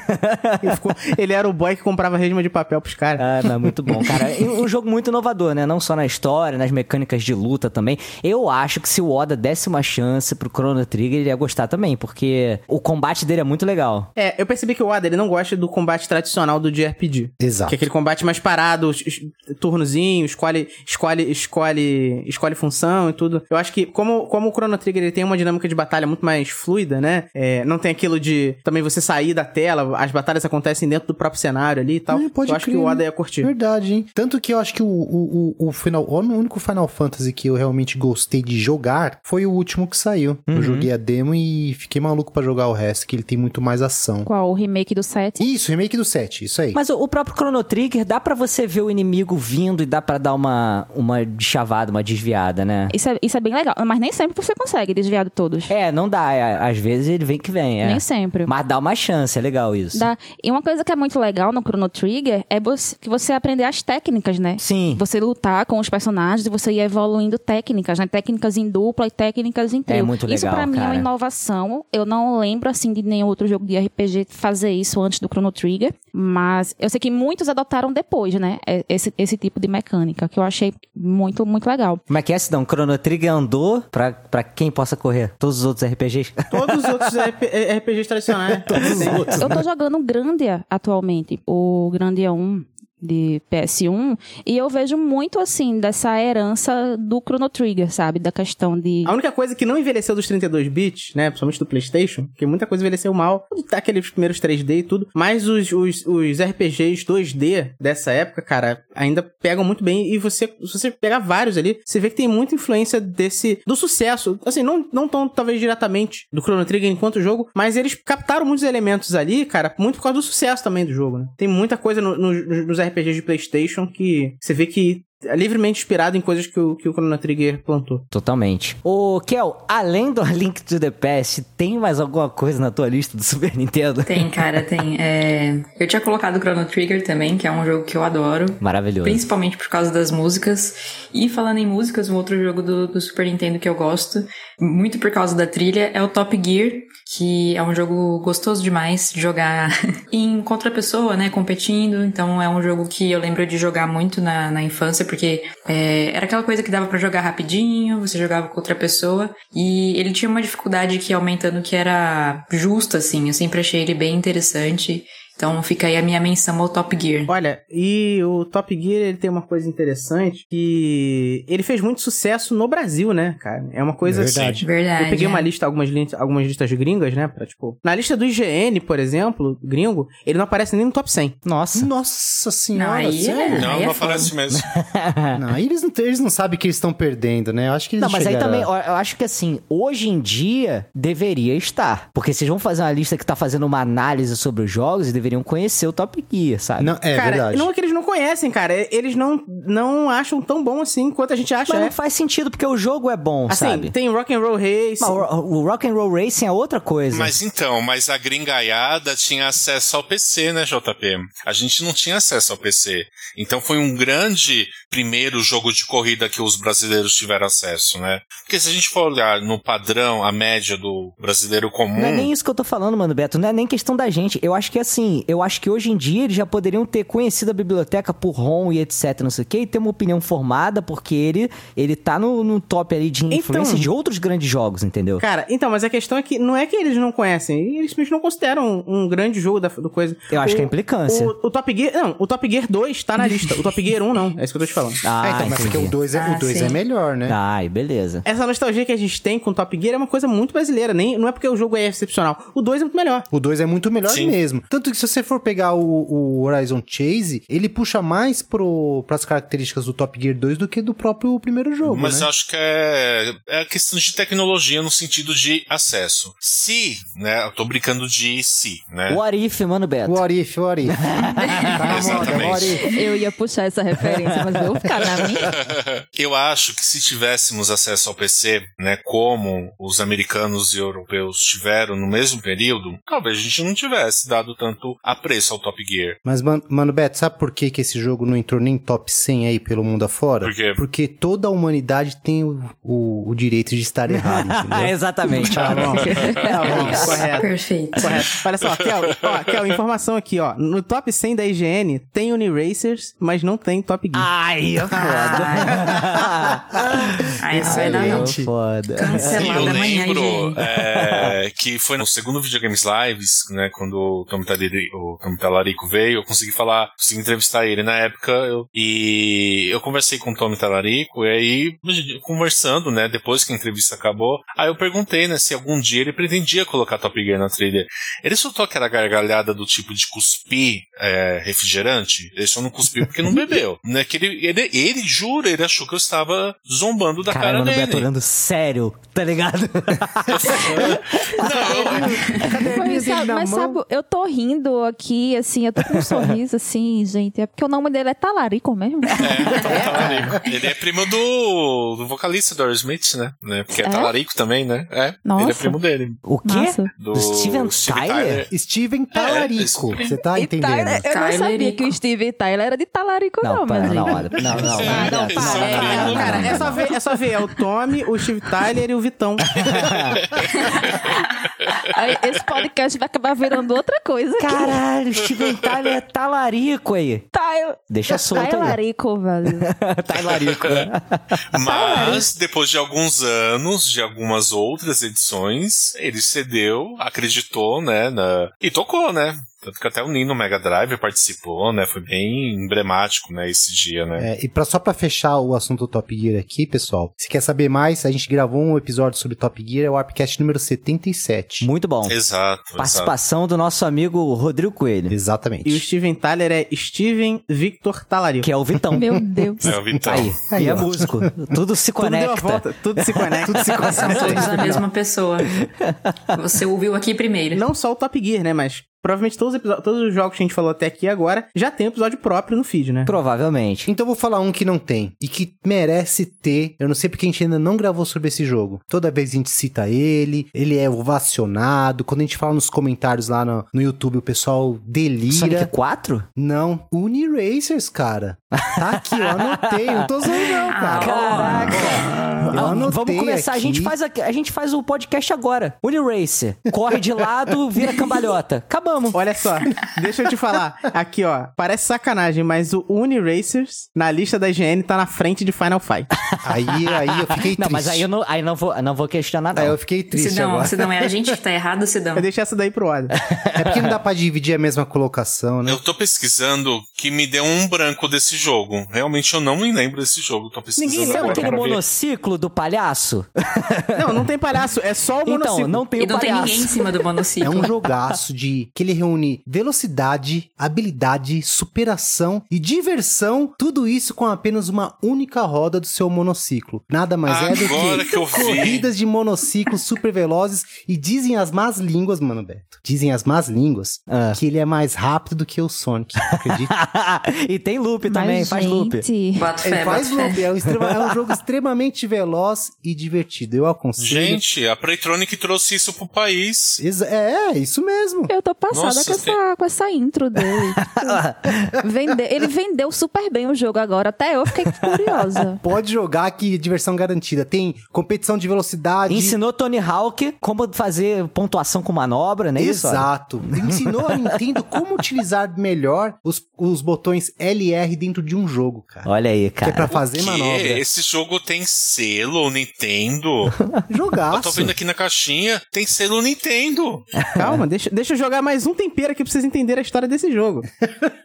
S6: ele, ficou- ele era o boy que comprava resma de papel pros caras.
S2: Ah, não, muito bom, cara. E um jogo muito inovador, né? Não só na história, nas mecânicas de luta também. Eu acho que se o Oda desse uma chance pro Chrono Trigger, ele ia gostar também, porque o combate dele é muito legal.
S6: É, eu percebi que o Ada, ele não gosta do combate tradicional do JRPG. Que
S4: Exato.
S6: é aquele combate mais parado, os- os- turnozinho, escolhe, escolhe, escolhe, escolhe função e tudo. Eu acho que, como, como o Chrono Trigger ele tem uma dinâmica de batalha muito mais fluida, né? É, não tem aquilo de também você sair da tela, as batalhas acontecem dentro do próprio cenário ali e tal.
S4: É, pode
S6: eu acho
S4: crer,
S6: que o Ada
S4: né?
S6: ia curtir.
S4: Verdade, hein? Tanto que eu acho que o, o, o, o final, o único Final Fantasy que eu realmente gostei de jogar foi o último que saiu.
S2: Uhum.
S4: Eu joguei a demo e fiquei maluco pra jogar o resto, que ele tem muito mais ação.
S3: Qual o remake do 7?
S4: Isso, remake do 7, isso aí.
S2: Mas o, o próprio Chrono Trigger, dá pra você ver o inimigo vindo e dá pra dar uma, uma chavada, uma desviada, né?
S3: Isso é, isso é bem legal, mas nem sempre você consegue desviar de todos.
S2: É, não dá. é, Às vezes ele vem que vem, é.
S3: Nem sempre.
S2: Mas dá uma chance, é legal isso.
S3: Dá. E uma coisa que é muito legal no Chrono Trigger é você- que você aprender as técnicas, né?
S2: Sim.
S3: Você lutar com os personagens e você ir evoluindo técnicas, né? Técnicas em dupla e técnicas em trio.
S2: É muito
S3: Isso
S2: legal,
S3: pra mim é uma
S2: cara.
S3: inovação. Eu não lembro, assim, de nenhum outro jogo de RPG fazer isso antes do Chrono Trigger. Mas eu sei que muitos adotaram depois, né? É- Esse, esse tipo de mecânica, que eu achei muito, muito legal.
S2: Como é que é, Sidão? Chrono Trigger andou pra, pra quem possa correr? Todos os outros RPGs?
S6: Todos os outros RP RPGs tradicionais. Todos os outros.
S3: um Eu tô jogando Grandia atualmente. O Grandia 1. de PS1. E eu vejo muito, assim, dessa herança do Chrono Trigger, sabe? Da questão de.
S6: A única coisa que não envelheceu dos 32 bits, né? Principalmente do PlayStation, porque muita coisa envelheceu mal, tá aqueles primeiros 3D e tudo, mas os, os, os RPGs 2D dessa época, cara, ainda pegam muito bem. E você, se você pegar vários ali, você vê que tem muita influência desse. do sucesso. Assim, não, não tão, talvez, diretamente do Chrono Trigger enquanto jogo, mas eles captaram muitos elementos ali, cara, muito por causa do sucesso também do jogo, né? Tem muita coisa no- no- nos RPGs de PlayStation que você vê que. É livremente inspirado em coisas que o, que o Chrono Trigger plantou.
S2: Totalmente. Ô, Kel, além do A Link to the Past, tem mais alguma coisa na tua lista do Super Nintendo?
S7: Tem, cara, tem. É, Eu tinha colocado Chrono Trigger também, que é um jogo que eu adoro.
S2: Maravilhoso.
S7: Principalmente por causa das músicas. E falando em músicas, um outro jogo do, do Super Nintendo que eu gosto, muito por causa da trilha, é o Top Gear, que é um jogo gostoso demais de jogar em contra pessoa, né? Competindo. Então é um jogo que eu lembro de jogar muito na, na infância, porque é, era aquela coisa que dava pra jogar rapidinho, você jogava com outra pessoa. E ele tinha uma dificuldade que ia aumentando que era justa, assim. Eu sempre achei ele bem interessante. Então fica aí a minha menção ao Top Gear.
S6: Olha, e o Top Gear ele tem uma coisa interessante que ele fez muito sucesso no Brasil, né, cara? É uma coisa
S4: Verdade.
S7: Verdade.
S6: Eu peguei
S7: é.
S6: uma lista, algumas, lin- algumas listas gringas, né? Pra, tipo, na lista do IGN, por exemplo, gringo, ele não aparece nem no top 100.
S4: Hum,
S2: Nossa.
S4: Nossa senhora,
S7: Não, aí é-
S4: sério?
S5: Não,
S7: Aí é
S5: não aparece mesmo.
S4: Não, aí eles não, tem- eles não sabem que eles estão perdendo, né? Eu acho que eles
S2: Não, mas aí
S4: chegaram
S2: também,
S4: lá.
S2: ó, eu acho que assim, hoje em dia deveria estar. Porque vocês vão fazer uma lista que tá fazendo uma análise sobre os jogos e deveriam conhecer o Top Gear, sabe?
S4: Não, é
S6: cara,
S4: verdade.
S6: não é que eles não conhecem, cara. é- Eles não, não acham tão bom assim quanto a gente acha.
S2: Mas
S6: né?
S2: não faz sentido, porque o jogo é bom,
S6: Assim,
S2: sabe?
S6: tem Rock and Roll Race.
S2: Mas o o Rock and Roll Racing é outra coisa.
S5: Mas então, mas a gringaiada tinha acesso ao PC, né, JP? A gente não tinha acesso ao PC. Então foi um grande primeiro jogo de corrida que os brasileiros tiveram acesso, né? Porque se a gente for olhar no padrão, a média do brasileiro comum.
S2: Não é nem isso que eu tô falando, mano, Beto. Não é nem questão da gente. Eu acho que assim, eu acho que hoje em dia eles já poderiam ter conhecido a biblioteca por ROM e etc, não sei o quê, e ter uma opinião formada, porque ele, ele tá no, no top ali de influência de outros grandes jogos, entendeu?
S6: Cara, então, mas a questão é que não é que eles não conhecem, eles simplesmente não consideram um, um grande jogo da do coisa.
S2: Eu acho
S6: O-
S2: que é implicância.
S6: O, o Top Gear. Não, o Top Gear 2 tá na lista. O Top Gear 1 não. É isso que eu tô te falando.
S2: Ah,
S4: Ah, então, mas
S2: entendi.
S4: porque o 2 é,
S7: Ah,
S4: o dois é
S7: sim.
S4: melhor, né?
S2: Ai, beleza.
S6: Essa nostalgia que a gente tem com o Top Gear é uma coisa muito brasileira. Nem, não é porque o jogo é excepcional. O 2 é muito melhor.
S4: O 2 é muito melhor
S5: Sim.
S4: mesmo. Tanto que se você for pegar o, o Horizon Chase, ele puxa mais pro, pras características do Top Gear 2 do que do próprio primeiro jogo,
S5: Mas
S4: né?
S5: eu acho que é, é a questão de tecnologia no sentido de acesso. Se, né, eu tô brincando de se, né?
S2: What if, mano, Beto?
S4: O Arif, o Arif. tá na moda,
S5: Exatamente.
S4: o Arif.
S3: Eu ia puxar essa referência, mas eu vou ficar na minha.
S5: Eu acho que se tivéssemos acesso ao PC, né, como os americanos e europeus tiveram no mesmo período, talvez a gente não tivesse dado tanto apreço ao Top Gear.
S4: Mas, man- mano, Beto, sabe por que, que esse jogo não entrou nem top 100 aí pelo mundo afora?
S5: Por quê?
S4: Porque toda a humanidade tem o, o- o direito de estar errado,
S2: Ah,
S4: entendeu?
S2: Exatamente.
S6: Tá bom. Tá bom,
S5: É.
S6: correto.
S7: Perfeito.
S6: Correto. Olha só, Kel, ó, Kel, informação aqui, ó. No top 100 da IGN tem Uniracers, mas não tem Top Gear.
S2: Ai, é eu foda.
S5: Ah,
S7: Ai, não vai dar, não.
S2: Eu É foda.
S7: É.
S5: E eu
S7: Cancelado amanhã,
S5: lembro
S7: gente.
S5: é, que foi no segundo Videogames Lives, né, quando o Tom, Talari- o Tom Talarico veio, eu consegui falar, consegui entrevistar ele na época, eu- e eu conversei com o Tom Talarico, e aí, conversando, né, depois que a entrevista acabou, aí eu perguntei, né, se algum dia ele pretendia colocar Top Gear na trilha. Ele soltou aquela gargalhada do tipo de cuspir é, refrigerante, ele só não cuspiu porque não bebeu, né, que ele, ele, ele jura, ele achou que eu estava zombando da
S2: Cara,
S5: cara,
S2: mano,
S5: dele.
S2: Beto olhando sério, tá ligado?
S5: Não,
S3: Mas, sabe, mas sabe, eu tô rindo aqui, assim, eu tô com um sorriso, assim, gente. É porque o nome dele é Talarico mesmo.
S5: É, Tom Talarico. Ele é primo do, do vocalista do Aerosmith, né? né? Porque é,
S3: É?
S5: Talarico também, né? É.
S3: Nossa.
S5: Ele é primo dele.
S2: O quê?
S3: Nossa.
S5: Do
S2: Do Steven Tyler?
S4: Steven Talarico,
S5: esse-
S4: você tá
S3: E é,
S4: entendendo?
S3: Tyler- eu não sabia
S7: Tylerico.
S3: que o Steve Tyler era de Talarico, não,
S2: Não,
S3: meu
S2: para,
S3: amigo.
S2: não, olha. Não, não, não,
S5: Ah, não,
S2: Beto,
S5: para,
S2: não,
S5: é,
S2: não, não,
S6: Cara,
S2: Ah, não,
S6: é
S2: não.
S6: só, ver, é só ver, é o Tommy, o Steve Tyler e o Vitão.
S3: Aí, Esse podcast vai acabar virando outra coisa. aqui.
S2: Caralho, Steven Tyler é talarico aí.
S3: Tyler-
S2: Deixa solto aí.
S3: Talarico, velho.
S2: Talarico.
S5: Mas, depois de alguns anos, de algumas outras edições, ele cedeu, acreditou, né? na- E tocou, né? Tanto que até o Nino Mega Drive participou, né? Foi bem emblemático, né? Esse dia, né?
S4: É, e pra, só pra fechar o assunto do Top Gear aqui, pessoal, se quer saber mais, a gente gravou um episódio sobre Top Gear, é o Arpcast número 77.
S2: Muito bom.
S5: Exato. exato.
S2: Participação do nosso amigo Rodrigo
S4: Né?
S2: Coelho,
S4: Exatamente.
S6: E o Steven Tyler é Steven Victor Talario.
S2: que é o Vitão.
S3: Meu Deus.
S5: É o Vitão.
S2: Aí,
S4: Aí,
S2: e é
S4: ó.
S2: músico. Tudo se
S6: Tudo deu a
S2: conecta.
S6: volta, tudo se conecta. É tudo se
S7: São todos a mesma pessoa. Você ouviu aqui primeiro.
S6: Não só o Top Gear, né? Mas provavelmente todos os, episo- todos os jogos que a gente falou até aqui agora já tem episódio próprio no feed, né?
S2: Provavelmente.
S4: Então eu vou falar um que não tem e que merece ter. Eu não sei porque a gente ainda não gravou sobre esse jogo. Toda vez a gente cita ele, ele é ovacionado. Quando a gente fala nos comentários lá no, no YouTube, o pessoal delira.
S2: Sonic 4?
S4: Não, Uniracers, cara. Tá aqui, eu anotei. Não tô zoando, não, cara.
S2: Caraca.
S4: Eu anotei
S2: Vamos começar, a
S4: aqui.
S2: gente, faz a, a gente faz o podcast agora. Uniracer. Corre de lado, vira cambalhota. Acabamos.
S6: Olha só, deixa eu te falar. Aqui, ó, parece sacanagem, mas o Uniracers na lista da IGN tá na frente de Final Fight.
S4: Aí, aí eu fiquei triste.
S2: Não, mas aí eu não, aí não, vou, não vou questionar, não.
S4: Aí eu fiquei triste
S7: Sidão,
S4: agora.
S7: Sidão, é a gente que tá errado, Sidão.
S6: Eu deixei essa daí pro Oda.
S4: É porque não dá pra dividir a mesma colocação, né?
S5: Eu tô pesquisando que me deu um branco desse jogo. Realmente eu não me lembro desse jogo. Tô pesquisando
S2: Ninguém lembra
S5: agora
S2: aquele
S5: pra é ver.
S2: monociclo do palhaço?
S6: Não, não tem palhaço, é só o monociclo.
S2: Então, não tem
S7: E
S2: o
S7: não tem
S2: palhaço.
S7: ninguém em cima do
S4: É
S7: monociclo.
S4: um jogaço de que ele reúne velocidade, habilidade, superação e diversão, tudo isso com apenas uma única roda do seu monociclo. Nada mais é do
S5: Agora
S4: que,
S5: que eu vi.
S4: corridas de monociclos super velozes e dizem as más línguas, mano Beto. Dizem as más línguas
S2: Ah.
S4: que ele é mais rápido do que o Sonic, acredita?
S2: e tem loop também,
S3: Mas,
S2: faz loop.
S3: gente,
S7: Boto
S4: Ele
S7: fé, boto
S4: faz
S7: fé.
S4: loop, é um, extrema- é um jogo extremamente veloz e divertido. Eu aconselho.
S5: Gente, a Playtronic trouxe isso pro país.
S4: Exa- É, é, isso mesmo.
S3: Eu tô passada
S5: Nossa,
S3: com, essa, com essa intro dele. Tipo, Vende- ele vendeu super bem o jogo agora. Até eu fiquei curiosa.
S4: Pode jogar que é diversão garantida. Tem competição de velocidade.
S2: Ensinou Tony Hawk como fazer pontuação com manobra, né? Isso, olha.
S4: Exato. Ensinou a Nintendo como utilizar melhor os, os botões LR dentro de um jogo, cara.
S2: Olha
S4: Que
S2: aí,
S4: é
S2: cara.
S4: pra fazer
S5: Que?
S4: manobra.
S5: Esse jogo tem selo Nintendo? Eu tô
S4: Jogaço.
S5: vendo aqui na caixinha, tem selo Nintendo.
S6: Calma, deixa, deixa eu jogar mais um tempero aqui pra vocês entenderem a história desse jogo.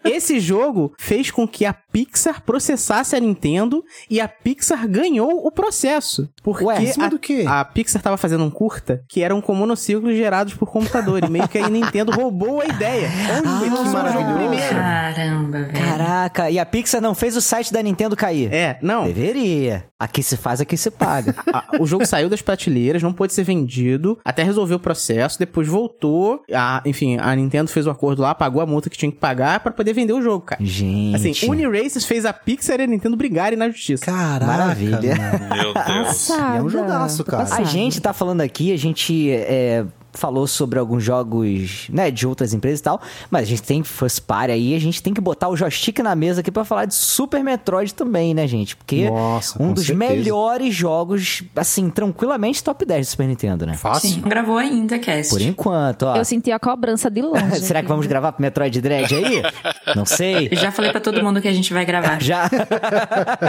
S6: Esse jogo fez com que a Pixar processasse a Nintendo e a Pixar ganhou o processo. Porque
S4: Ué, em
S6: a,
S4: cima do quê?
S6: a Pixar tava fazendo um curta que eram com monociclos gerados por computador. e meio que a Nintendo roubou a ideia.
S2: Ah,
S6: Ah, Olha que maravilhoso. Primeiro.
S7: Caramba, velho.
S2: Caraca, e a Pixar não fez o site da Nintendo cair.
S6: É, não.
S2: Deveria. Aqui se faz, aqui se paga.
S6: a- o jogo saiu das prateleiras, não pôde ser vendido, até resolver o processo, depois voltou. A, enfim, a Nintendo fez o acordo lá, pagou a multa que tinha que pagar pra poder vender o jogo, cara. Assim,
S2: Gente.
S6: Uniracers fez a Pixar e a Nintendo brigarem na justiça.
S4: Caraca. né?
S2: Maravilha.
S4: mano.
S5: Meu Deus.
S4: É um jogaço,
S3: Tô
S4: cara.
S2: A
S3: passada.
S2: gente tá falando aqui, a gente é, falou sobre alguns jogos, né, de outras empresas e tal, mas a gente tem first party aí, a gente tem que botar o joystick na mesa aqui pra falar de Super Metroid também, né, gente? Porque
S4: Nossa,
S2: um
S4: com
S2: dos
S4: certeza.
S2: melhores jogos, assim, tranquilamente top 10 do Super Nintendo, né?
S4: Fácil.
S7: Sim, não gravou ainda, Cast.
S2: Por enquanto, ó.
S3: Eu senti a cobrança de longe.
S2: Será que vamos gravar pro Metroid Dread aí? Não sei.
S7: Eu já falei pra todo mundo que a gente vai gravar.
S2: Já.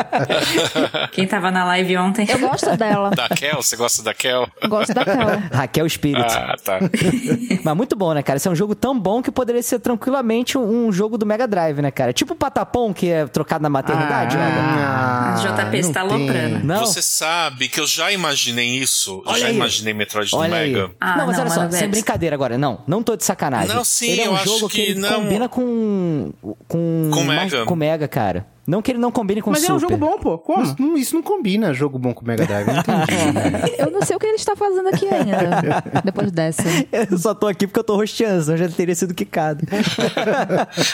S7: Quem tava na live ontem.
S3: Eu gosto dela.
S5: Da Kel? Você gosta da Kel?
S3: Gosto daquela.
S2: Raquel Spirit.
S5: Ah, tá.
S2: Mas muito bom, né, cara? Esse é um jogo tão bom que poderia ser tranquilamente um um jogo do Mega Drive, né, cara? Tipo o Patapom, que é trocado na maternidade, olha.
S4: Ah,
S7: O JP
S4: não
S7: está
S4: tem.
S7: aloprando.
S2: Não?
S5: Você sabe que eu já imaginei isso.
S2: Olha
S5: já
S2: aí.
S5: imaginei Metroid do
S2: Olha aí.
S5: Mega.
S7: Ah,
S2: não, mas
S7: não,
S2: olha só,
S7: mano,
S2: sem
S7: Beto.
S2: brincadeira agora. Não, não tô de sacanagem.
S5: Não, sim,
S2: ele é um
S5: eu acho
S2: jogo que,
S5: que
S2: ele
S5: não.
S2: combina com com
S5: Com
S2: mais-
S5: Mega.
S2: com Mega, cara. Não que ele não combine com
S6: Mas
S2: Super.
S6: é um jogo bom, pô. Como?
S4: Mas não- isso não combina jogo bom com Mega Drive. eu Não entendi. né?
S3: Eu não sei o que ele está fazendo aqui ainda. Depois dessa.
S2: Eu só tô aqui porque eu tô rosteando, senão já teria sido quicado.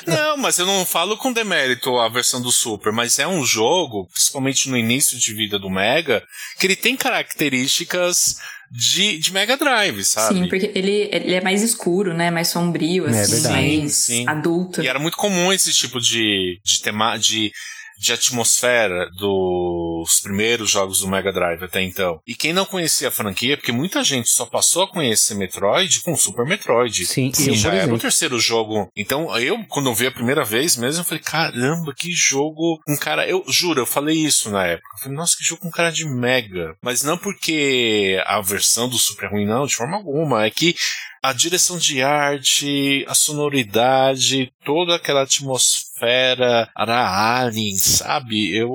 S5: Não, mas eu não falo com demérito a versão do Super, mas é um jogo, principalmente no início de vida do Mega, que ele tem características de, de Mega Drive, sabe?
S7: Sim, porque ele, ele é mais escuro, né? Mais sombrio,
S4: É
S7: assim,
S4: verdade.
S7: mais
S5: Sim, sim.
S7: adulto.
S5: E era muito comum esse tipo de, de tema de, de atmosfera dos primeiros jogos do Mega Drive até então. E quem não conhecia a franquia, porque muita gente só passou a conhecer Metroid com Super Metroid.
S4: Sim,
S5: E
S4: eu,
S5: já
S4: por
S5: era o
S4: exemplo.
S5: terceiro jogo. Então, eu, quando eu vi a primeira vez mesmo, eu falei, caramba, que jogo com cara. Eu juro, eu falei isso na época. Eu falei, nossa, que jogo com cara de Mega. Mas não porque a versão do Super é ruim, não, de forma alguma. É que a direção de arte, a sonoridade, toda aquela atmosfera, era alien, sabe? Eu,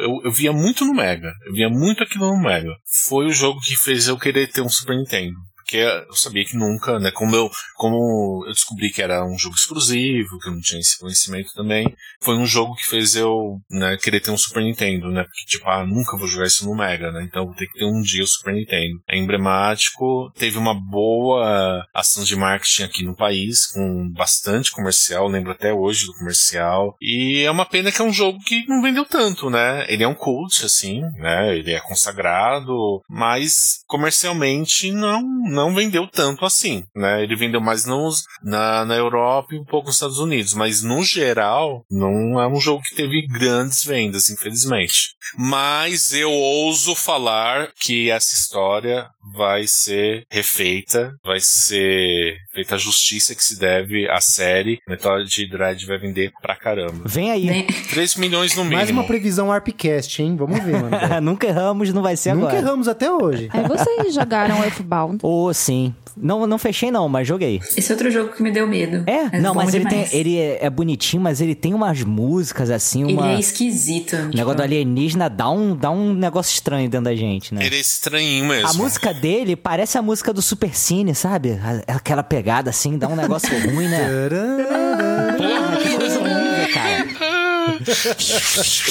S5: eu, eu via muito no Mega. Eu via muito aquilo no Mega. Foi o jogo que fez eu querer ter um Super Nintendo porque eu sabia que nunca, né? Como eu, como eu descobri que era um jogo exclusivo, que eu não tinha esse conhecimento também, foi um jogo que fez eu, né, querer ter um Super Nintendo, né? Porque, tipo, ah, nunca vou jogar isso no Mega, né? Então vou ter que ter um dia o Super Nintendo. É emblemático, teve uma boa ação de marketing aqui no país, com bastante comercial, lembro até hoje do comercial. E é uma pena que é um jogo que não vendeu tanto, né? Ele é um cult, assim, né? Ele é consagrado, mas comercialmente não, não não vendeu tanto assim, né? Ele vendeu mais nos, na, na Europa e um pouco nos Estados Unidos, mas no geral não é um jogo que teve grandes vendas, infelizmente. Mas eu ouso falar que essa história vai ser refeita, vai ser feita a justiça que se deve à série. Metal de Dread vai vender pra caramba.
S2: Vem aí.
S7: Vem.
S5: 3 milhões no mínimo.
S4: Mais uma previsão Arpcast, hein? Vamos ver, mano.
S2: Nunca erramos, não vai ser
S4: Nunca
S2: agora.
S4: erramos até hoje.
S3: Aí vocês jogaram Earthbound.
S2: Oh, sim. Não, não fechei não, mas joguei.
S7: Esse é outro jogo que me deu medo.
S2: É, não,
S7: bom
S2: mas ele, tem,
S7: demais.
S2: ele é, é bonitinho, mas ele tem umas músicas assim,
S7: Ele
S2: uma...
S7: é esquisito.
S2: O um negócio do alienígena dá um, dá um negócio estranho dentro da gente, né?
S5: Ele é estranho mesmo.
S2: A música dele parece a música do Super Cine, sabe? A- Aquela pegada assim, dá um negócio ruim, né?
S4: Tcharam.
S2: Porra, que coisa horrível, cara.
S7: Tipo,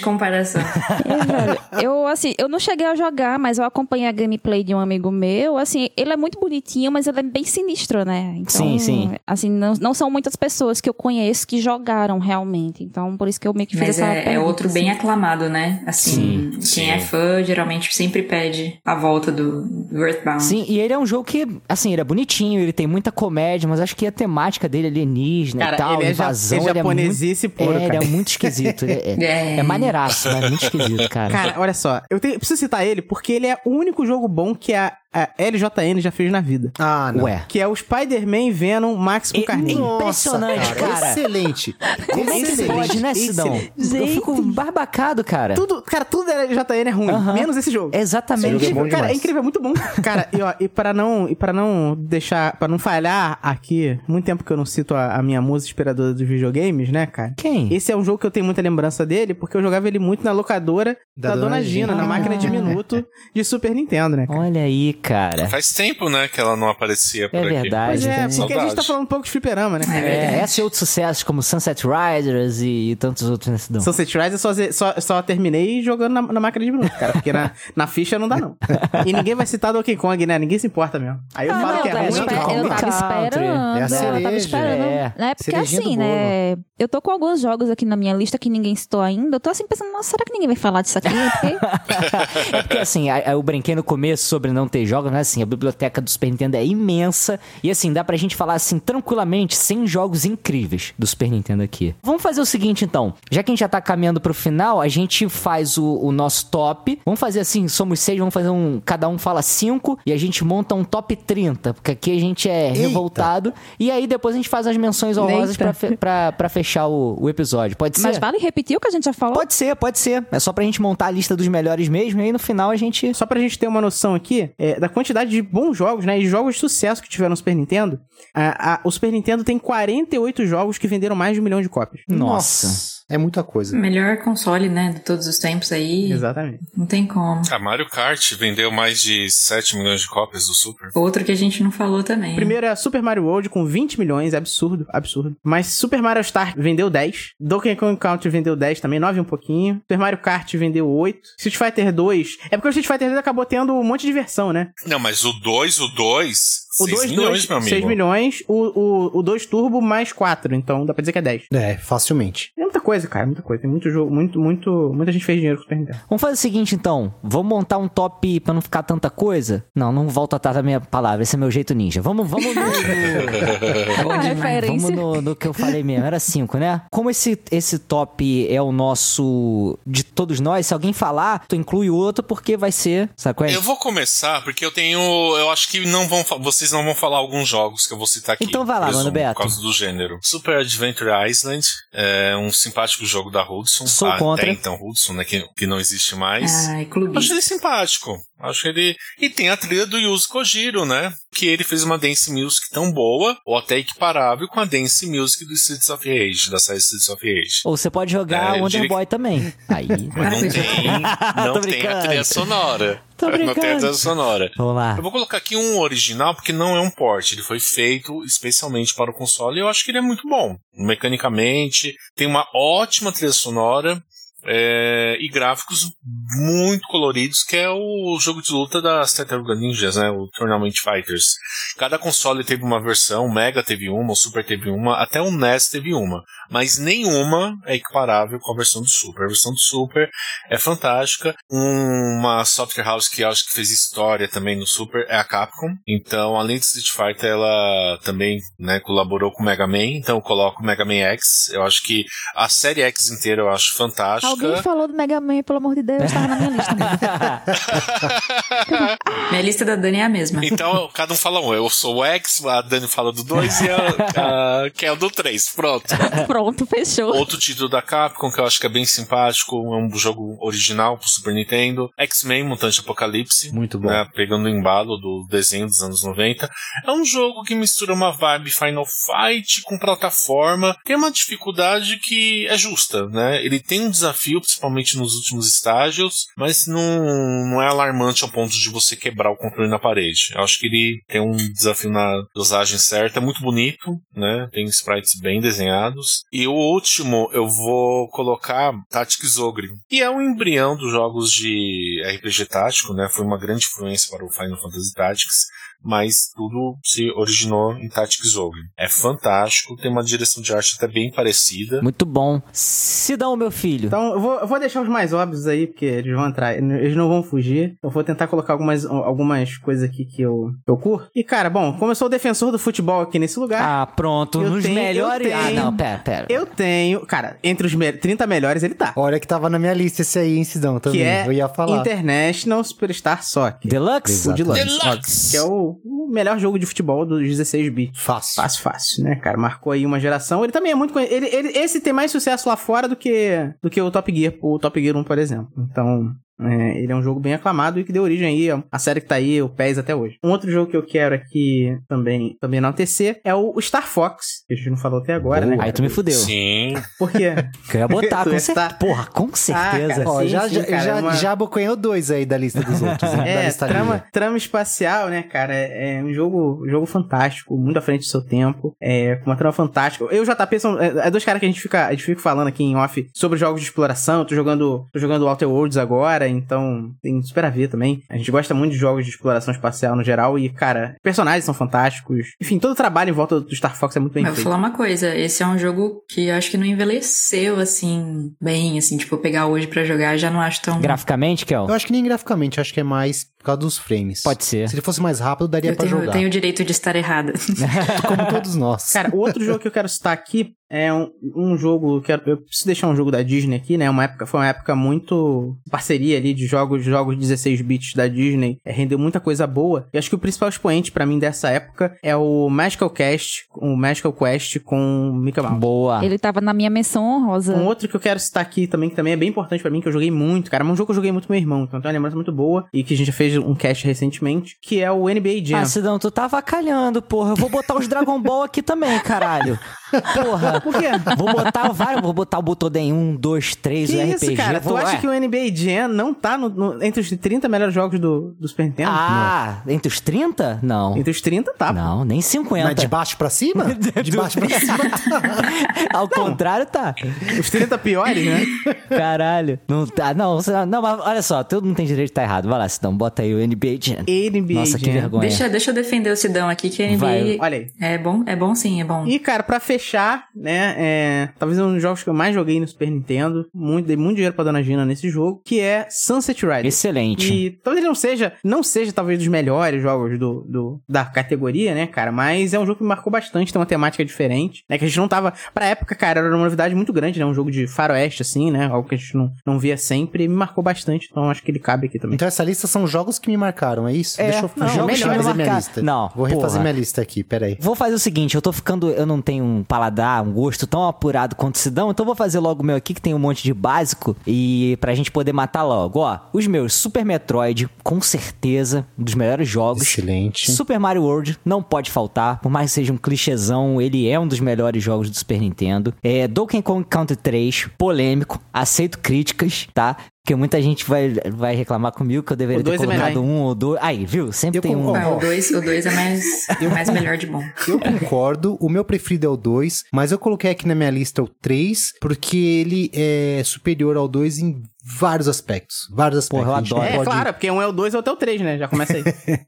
S7: comparação.
S3: É, velho. Eu, assim, eu não cheguei a jogar, mas eu acompanhei a gameplay de um amigo meu. Assim, ele é muito bonitinho, mas ele é bem sinistro, né? Então,
S2: Sim, sim.
S3: Assim, não, não são muitas pessoas que eu conheço que jogaram realmente. Então, por isso que eu meio que fiz
S7: Mas
S3: essa
S7: é, é
S3: pergunta,
S7: outro bem
S3: assim.
S7: aclamado, né? Assim, quem
S5: sim.
S7: é fã geralmente sempre pede a volta do, do Earthbound.
S2: Sim, e ele é um jogo que, assim, ele é bonitinho, ele tem muita comédia, mas acho que a temática dele, é alienígena e tal,
S6: ele é, ja-
S2: invasão,
S6: é
S2: ele é muito...
S6: japonesice puro,
S2: é, ele
S6: cara.
S2: é muito esquisito. ele É, é,
S7: É.
S2: é maneiraço, mas é muito esquisito, cara.
S6: Cara, olha só. Eu, tenho- preciso citar ele porque ele é o único jogo bom que a, a LJN já fez na vida.
S4: Ah, não.
S2: Ué.
S6: Que é o Spider-Man Venom Máximo
S2: E-
S6: Carnívoro.
S4: Nossa,
S2: Impressionante, cara.
S4: Excelente.
S2: Como é que
S4: Excelente.
S2: pode, né, Sidão? Eu
S3: Gente.
S2: fico barbacado, cara.
S6: Tudo, cara, tudo da LJN é ruim,
S2: Aham.
S6: menos esse jogo. É
S2: Exatamente.
S4: Esse jogo
S6: incrível,
S4: bom
S6: cara, é
S4: demais.
S6: incrível, é muito bom. Cara, e ó, e para não, e para não deixar, para não falhar aqui, muito tempo que eu não cito a, a minha musa inspiradora dos videogames, né, cara?
S2: Quem?
S6: Esse é um jogo que eu tenho muita lembrança dele, porque eu jogava ele muito na locadora da, Dona Gina, na
S2: Ah.
S6: máquina de minuto de Super Nintendo, né? cara?
S2: Olha aí, cara.
S5: Faz tempo, né, que ela não aparecia por
S2: É
S5: aqui.
S2: verdade.
S6: Pois é,
S2: né?
S6: porque a gente tá
S5: Saudade.
S6: falando um pouco de fliperama, né?
S7: É
S6: cara?
S2: É,
S7: verdade.
S2: essa e outros sucessos como Sunset Riders e, e tantos outros nesse dom.
S6: Sunset Rise eu só, ze- só, só terminei jogando na, na máquina de minuto, cara. Porque na, na ficha não dá, não. E ninguém vai citar Donkey Kong, né? Ninguém se importa mesmo. Aí eu
S3: Ah,
S6: falo
S3: não,
S6: que é
S3: eu, tava
S6: ruim.
S3: esper- eu tá. tava
S2: Country.
S3: esperando.
S4: É a
S3: eu tava
S4: cereja,
S3: esperando.
S2: é.
S3: Né? Porque
S4: Cerejinha do
S3: assim, né? Eu tô com alguns jogos aqui na minha lista que ninguém citou ainda. Eu tô assim pensando, nossa, será que ninguém vai falar disso aqui? Porque-
S2: é porque assim, a- eu brinquei no começo sobre não ter jogos, né? Assim, a biblioteca do Super Nintendo é imensa. E assim, dá pra gente falar assim tranquilamente sem jogos incríveis do Super Nintendo aqui. Vamos fazer o seguinte então. Já que a gente já tá caminhando pro final, a gente faz o, o nosso top. Vamos fazer assim, somos seis, vamos fazer um. Cada um fala cinco e a gente monta um top 30. Porque aqui a gente é revoltado. E aí depois a gente faz as menções honrosas
S3: Eita.
S2: pra, fe- pra, pra fechar o, o episódio. Pode ser?
S3: Mas vale repetir o que a gente já falou?
S2: Pode ser, pode ser. É só pra gente montar a lista dos melhores mesmo, e aí no final a gente.
S6: Só pra gente ter uma noção aqui é, da quantidade de bons jogos, né? E jogos de sucesso que tiveram no Super Nintendo. A, a- o Super Nintendo tem 48 jogos que venderam mais de um milhão de cópias.
S2: Nossa.
S4: É muita coisa.
S7: Melhor console, né? De todos os tempos aí.
S6: Exatamente.
S7: Não tem como.
S5: A Ah, Mario Kart vendeu mais de 7 milhões de cópias do Super.
S7: Outro que a gente não falou também.
S6: Primeiro é Super Mario World com 20 milhões, absurdo, absurdo. Mas Super Mario Star vendeu 10. Donkey Kong Country vendeu 10 também, 9 e um pouquinho. Super Mario Kart vendeu 8. Street Fighter 2. É porque o Street Fighter 2 acabou tendo um monte de versão, né?
S5: Não, mas o 2, o 2,
S6: O
S5: 6
S6: 2,
S5: milhões,
S6: 2,
S5: meu amigo.
S6: 6 milhões, o, o, o 2 Turbo mais 4, então dá pra dizer que é 10.
S4: É, facilmente.
S6: É muita coisa, cara, muita coisa. Tem muito jogo, muito, muito. Muita gente fez dinheiro com o Super Nintendo.
S2: Vamos fazer o seguinte então. Vamos montar um top pra não ficar tanta coisa? Não, não volto atrás da minha palavra. Esse é meu jeito ninja. Vamos, vamos no.
S3: Bom demais.
S2: Vamos
S3: referência.
S2: no, no que eu falei mesmo, era cinco, né? Como esse, esse top é o nosso de todos nós, se alguém falar, tu inclui o outro porque vai ser, sabe qual é?
S5: Eu vou começar, porque eu tenho. Eu acho que não vão. fa- Vocês vocês não vão falar alguns jogos que eu vou citar aqui.
S2: Então vai lá,
S5: presumo,
S2: mano, Beto.
S5: Por causa do gênero. Super Adventure Island é um simpático jogo da Hudson.
S2: Sou
S5: até
S2: contra. Ah.
S5: então Hudson, né, que, que não existe mais. Acho
S7: Ai, Ah, é clubista.
S5: ele simpático. Acho que ele. E tem a trilha do Yuzo Kojiro, né? Que ele fez uma dance music tão boa, ou até equiparável com a dance music do Streets of Rage, da série Streets of Rage.
S2: Ou você pode jogar
S5: É, eu diria
S2: Wonder
S5: que-
S2: Boy também. Aí.
S5: Mas não tem,
S7: Ah,
S2: Tô
S5: não tem
S2: brincando.
S5: a trilha sonora.
S2: Tô
S5: Não tem a
S2: brincando.
S5: trilha sonora.
S2: Vamos lá.
S5: Eu vou colocar aqui um original, porque não é um port. Ele foi feito especialmente para o console e eu acho que ele é muito bom. Mecanicamente, tem uma ótima trilha sonora é, e gráficos muito coloridos, que é o jogo de luta das Tartaruga Ninjas, né? O Tournament Fighters. Cada console teve uma versão, o Mega teve uma, o Super teve uma, até o NES teve uma. Mas nenhuma é equiparável com a versão do Super. A versão do Super é fantástica. Uma software house que eu acho que fez história também no Super é a Capcom. Então, além de Street Fighter, ela também né, colaborou com o Mega Man. Então, eu coloco o Mega Man X. Eu acho que a série X inteira eu acho fantástica.
S3: Alguém falou do Mega Man, pelo amor de Deus, tava na minha lista. mesmo.
S7: Minha lista da Dani é a mesma.
S5: Então, cada um fala um. Eu sou o X, a Dani fala do 2 e a, a Kel do 3. Pronto.
S3: Pronto, fechou.
S5: Outro título da Capcom que eu acho que é bem simpático, é um jogo original pro Super Nintendo. X-Men Mutante Apocalipse.
S4: Muito bom.
S5: né, pegando o embalo do desenho dos anos 90. É um jogo que mistura uma vibe Final Fight com plataforma. Tem uma dificuldade que é justa, né? Ele tem um desafio, principalmente nos últimos estágios, mas não, não é alarmante ao ponto de você quebrar o controle na parede. Eu acho que ele tem um desafio na dosagem certa, é muito bonito, né? Tem sprites bem desenhados. E o último, eu vou colocar Tactics Ogre, que é um embrião dos jogos de RPG tático, né? Foi uma grande influência para o Final Fantasy Tactics, mas tudo se originou em Tactics Ogre. É fantástico, tem uma direção de arte até bem parecida.
S2: Muito bom. Sidão, meu filho.
S6: Então, eu vou, eu vou deixar os mais óbvios aí, porque eles vão entrar, eles não vão fugir. Eu vou tentar colocar algumas, algumas coisas aqui que eu, que eu curto. E, cara, bom, como eu sou o defensor do futebol aqui nesse lugar,
S2: Ah, pronto.
S6: é. eu
S2: Nos
S6: tenho- eu
S2: melhores. Ah,
S6: tenho-
S2: não, pera, pera.
S6: eu tenho. Cara, entre os me- 30 melhores ele tá.
S4: Olha que tava na minha lista esse aí, hein, Sidão? Também.
S6: Que é
S4: Eu ia falar.
S6: International Superstar Soccer.
S2: Deluxe?
S4: Exato.
S6: Que é o, o melhor jogo de futebol dos 16 bits.
S4: Fácil.
S6: Fácil, fácil, né, cara? Marcou aí uma geração. Ele também é muito conhecido. Ele, ele, esse tem mais sucesso lá fora do que, do que o Top Gear, o Top Gear 1, por exemplo. Então, é, ele é um jogo bem aclamado e que deu origem aí ó, a série que tá aí, o PES até hoje. Um outro jogo que eu quero aqui também, também enaltecer é o Star Fox, que a gente não falou até agora, né?
S2: Aí tu me fudeu.
S5: Sim,
S6: Por quê?
S2: Que eu ia botar,
S6: Tu
S2: com
S6: ia
S2: certeza.
S6: tá- Ah,
S2: Porra, com certeza.
S6: cara,
S4: Ó,
S6: sim,
S4: já,
S6: sim,
S4: já,
S6: cara,
S4: já,
S6: é uma-
S4: já abocanhou dois aí da lista dos outros. né? da
S6: É,
S4: lista
S6: trama,
S4: livre.
S6: trama espacial, né, cara? É é um jogo, jogo fantástico, muito à frente do seu tempo. É com uma trama fantástica. Eu e o JP são é, é dois caras que a gente, fica, a gente fica falando aqui em off sobre jogos de exploração. Eu tô jogando, tô jogando Outer Worlds agora, então tem super a ver também. A gente gosta muito de jogos de exploração espacial no geral e, cara, personagens são fantásticos. Enfim, todo o trabalho em volta do Star Fox é muito bem
S7: Mas eu vou
S6: feito.
S7: falar uma coisa, esse é um jogo que eu acho que não envelheceu assim bem, assim, tipo, pegar hoje pra jogar já não acho tão
S2: Graficamente, Kel?
S4: Eu acho que nem graficamente, acho que é mais por causa dos frames.
S2: Pode ser.
S4: Se ele fosse mais rápido, daria
S7: eu
S4: pra
S7: tenho, eu
S4: jogar.
S7: tenho o direito de estar errada.
S4: Como todos nós.
S6: Cara, o outro jogo que eu quero citar aqui é um, um jogo que eu, eu preciso deixar um jogo da Disney aqui, né? Uma época, foi uma época muito parceria ali de jogos, jogos 16 bits da Disney, É, rendeu muita coisa boa. E acho que o principal expoente pra mim dessa época é o Magical Quest, o Magical Quest com o Mickey Mouse.
S2: Boa.
S3: Ele tava na minha menção honrosa.
S6: Um outro que eu quero citar aqui também, que também é bem importante pra mim, que eu joguei muito, cara. É um jogo que eu joguei muito com meu irmão, então tem uma lembrança muito boa, e que a gente já fez um cast recentemente, que é o NBA Jam.
S2: Ah, Sidão, tu tá avacalhando, porra. Eu vou botar os Dragon Ball aqui também, caralho. Porra.
S6: Por quê?
S2: Vou botar o vários, vou botar o Butoden 1, 2, 3,
S6: Que
S2: o RPG.
S6: isso, cara?
S2: vou...
S6: Tu acha
S2: Ué.
S6: que o NBA Jam não tá no- no- entre os 30 melhores jogos do, do Super Nintendo?
S2: Ah, entre os 30?
S6: Não.
S2: Não.
S6: Entre os 30 tá.
S2: Não, nem
S4: Mas
S2: 50.
S4: de baixo pra cima? De baixo pra cima.
S2: Ao contrário, tá.
S6: Os 30 piores, né?
S2: Caralho. Não tá, não, você- não, mas olha só, tu não tem direito de estar errado. Vai lá, Sidão, bota aí o NBA Jam.
S6: NBA
S2: Nossa, que
S6: Jam.
S2: vergonha.
S7: deixa, deixa eu defender o Sidão aqui, que a NBA
S2: é. Vai,
S6: Olha aí.
S7: é bom, é bom sim, é bom.
S6: E, cara, pra fechar, né? É, talvez um dos jogos que eu mais joguei no Super Nintendo. Muito, dei muito dinheiro pra Dona Gina nesse jogo, que é Sunset Riders.
S2: Excelente.
S6: E talvez ele não seja, não seja talvez dos melhores jogos do, do- da categoria, né, cara? Mas é um jogo que me marcou bastante, tem uma temática diferente, né? Que a gente não tava. Pra época, cara, era uma novidade muito grande, né? Um jogo de faroeste, assim, né? Algo que a gente não, não via sempre. E me marcou bastante, então acho que ele cabe aqui também.
S4: Então essa lista são jogos que me marcaram, é isso?
S6: É,
S4: Deixa eu
S6: não,
S4: deixa eu
S6: melhor
S4: refazer
S2: marcar.
S4: minha lista.
S2: Não,
S4: Vou refazer
S2: porra.
S4: minha lista aqui, peraí.
S2: Vou fazer o seguinte, eu tô ficando, eu não tenho um paladar, um gosto tão apurado quanto o Sidão, então vou fazer logo o meu aqui que tem um monte de básico e pra gente poder matar logo, ó. Os meus Super Metroid, com certeza, um dos melhores jogos.
S4: Excelente.
S2: Super Mario World não pode faltar, por mais que seja um clichêzão, ele é um dos melhores jogos do Super Nintendo. É, Donkey Kong Country 3, polêmico, aceito críticas, tá? Porque muita gente vai, vai reclamar comigo que eu deveria
S6: O
S2: ter
S6: dois é
S2: colocado
S6: melhor,
S2: um ou dois. Aí, viu? Sempre
S4: Eu
S2: tem um.
S4: concordo.
S7: Ah, o 2 o dois é mais, mais melhor de bom.
S4: Eu concordo, o meu preferido é o 2, mas eu coloquei aqui na minha lista o 3, porque ele é superior ao 2 em vários aspectos. Vários aspectos.
S2: Porra, eu
S4: A gente não
S2: adoro.
S6: É,
S4: pode-
S6: claro, porque um é o 2 e outro é o 3, né? Já começa aí.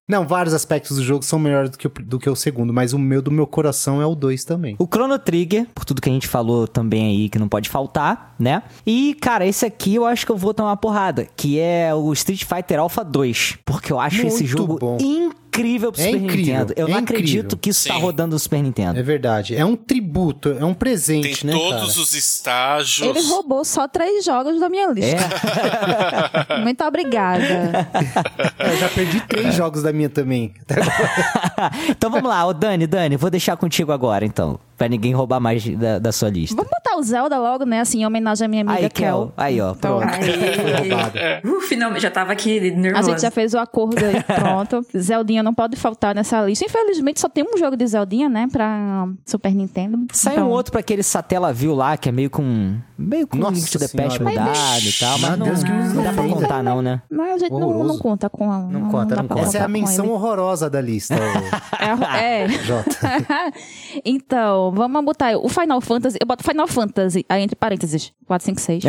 S4: Não, vários aspectos do jogo são melhores do que, o, do que o segundo, mas o meu do meu coração é o 2 também.
S2: O Chrono Trigger, por tudo que a gente falou também aí, que não pode faltar, né? E, cara, esse aqui eu acho que eu vou tomar uma porrada, que é o Street Fighter Alpha 2. Porque eu acho esse
S4: Muito
S2: jogo
S4: bom.
S2: incrível pro
S4: É
S2: Super
S4: incrível,
S2: Nintendo. Eu
S4: é
S2: não acredito
S4: incrível.
S2: que isso tá
S5: Sim.
S2: rodando no Super Nintendo.
S4: É verdade. É um tributo, é um
S5: Tem
S4: presente, né,
S5: todos
S4: cara?
S5: os estágios.
S3: Ele roubou só três jogos da minha
S4: É
S2: É?
S3: lista. Muito obrigada.
S4: É, Eu já perdi
S5: É.
S4: três jogos da minha também.
S3: Tá,
S2: então vamos lá, ô Dani, Dani, vou deixar contigo agora, então. Pra ninguém roubar mais da, da sua lista.
S3: Vamos botar o Zelda logo, né? Assim, em homenagem à minha amiga
S2: Aí,
S3: Kel.
S2: Kel. Aí, ó.
S3: Então,
S2: Pronto.
S4: roubado.
S7: Aí, uh, finalmente, já tava aqui
S3: A
S7: nervosa.
S3: gente já fez o acordo aí, pronto. Zeldinha não pode faltar nessa lista. Infelizmente, só tem um jogo de Zeldinha, né? Pra Super Nintendo.
S2: Saiu
S3: Então,
S2: um outro pra aquele Satela View lá, que é meio com. Meio com um
S4: Nossa
S2: Link to the
S4: Senhora.
S2: Past
S4: Mas
S2: mudado e tal, mas
S4: Meu
S2: não,
S4: Deus, que
S2: não dá pra
S4: coisa.
S2: contar, não, né?
S3: Mas a gente não, não
S4: Horroroso.
S3: conta com a.
S2: Não conta,
S3: dá
S2: não
S3: pra
S2: conta.
S4: Essa é a
S3: contar com
S4: menção
S3: ele.
S4: horrorosa da lista, ô,
S3: É a- É.
S4: Jota.
S3: então, vamos botar aí o Final Fantasy. Eu boto Final Fantasy, aí entre parênteses, 4, 5, 6.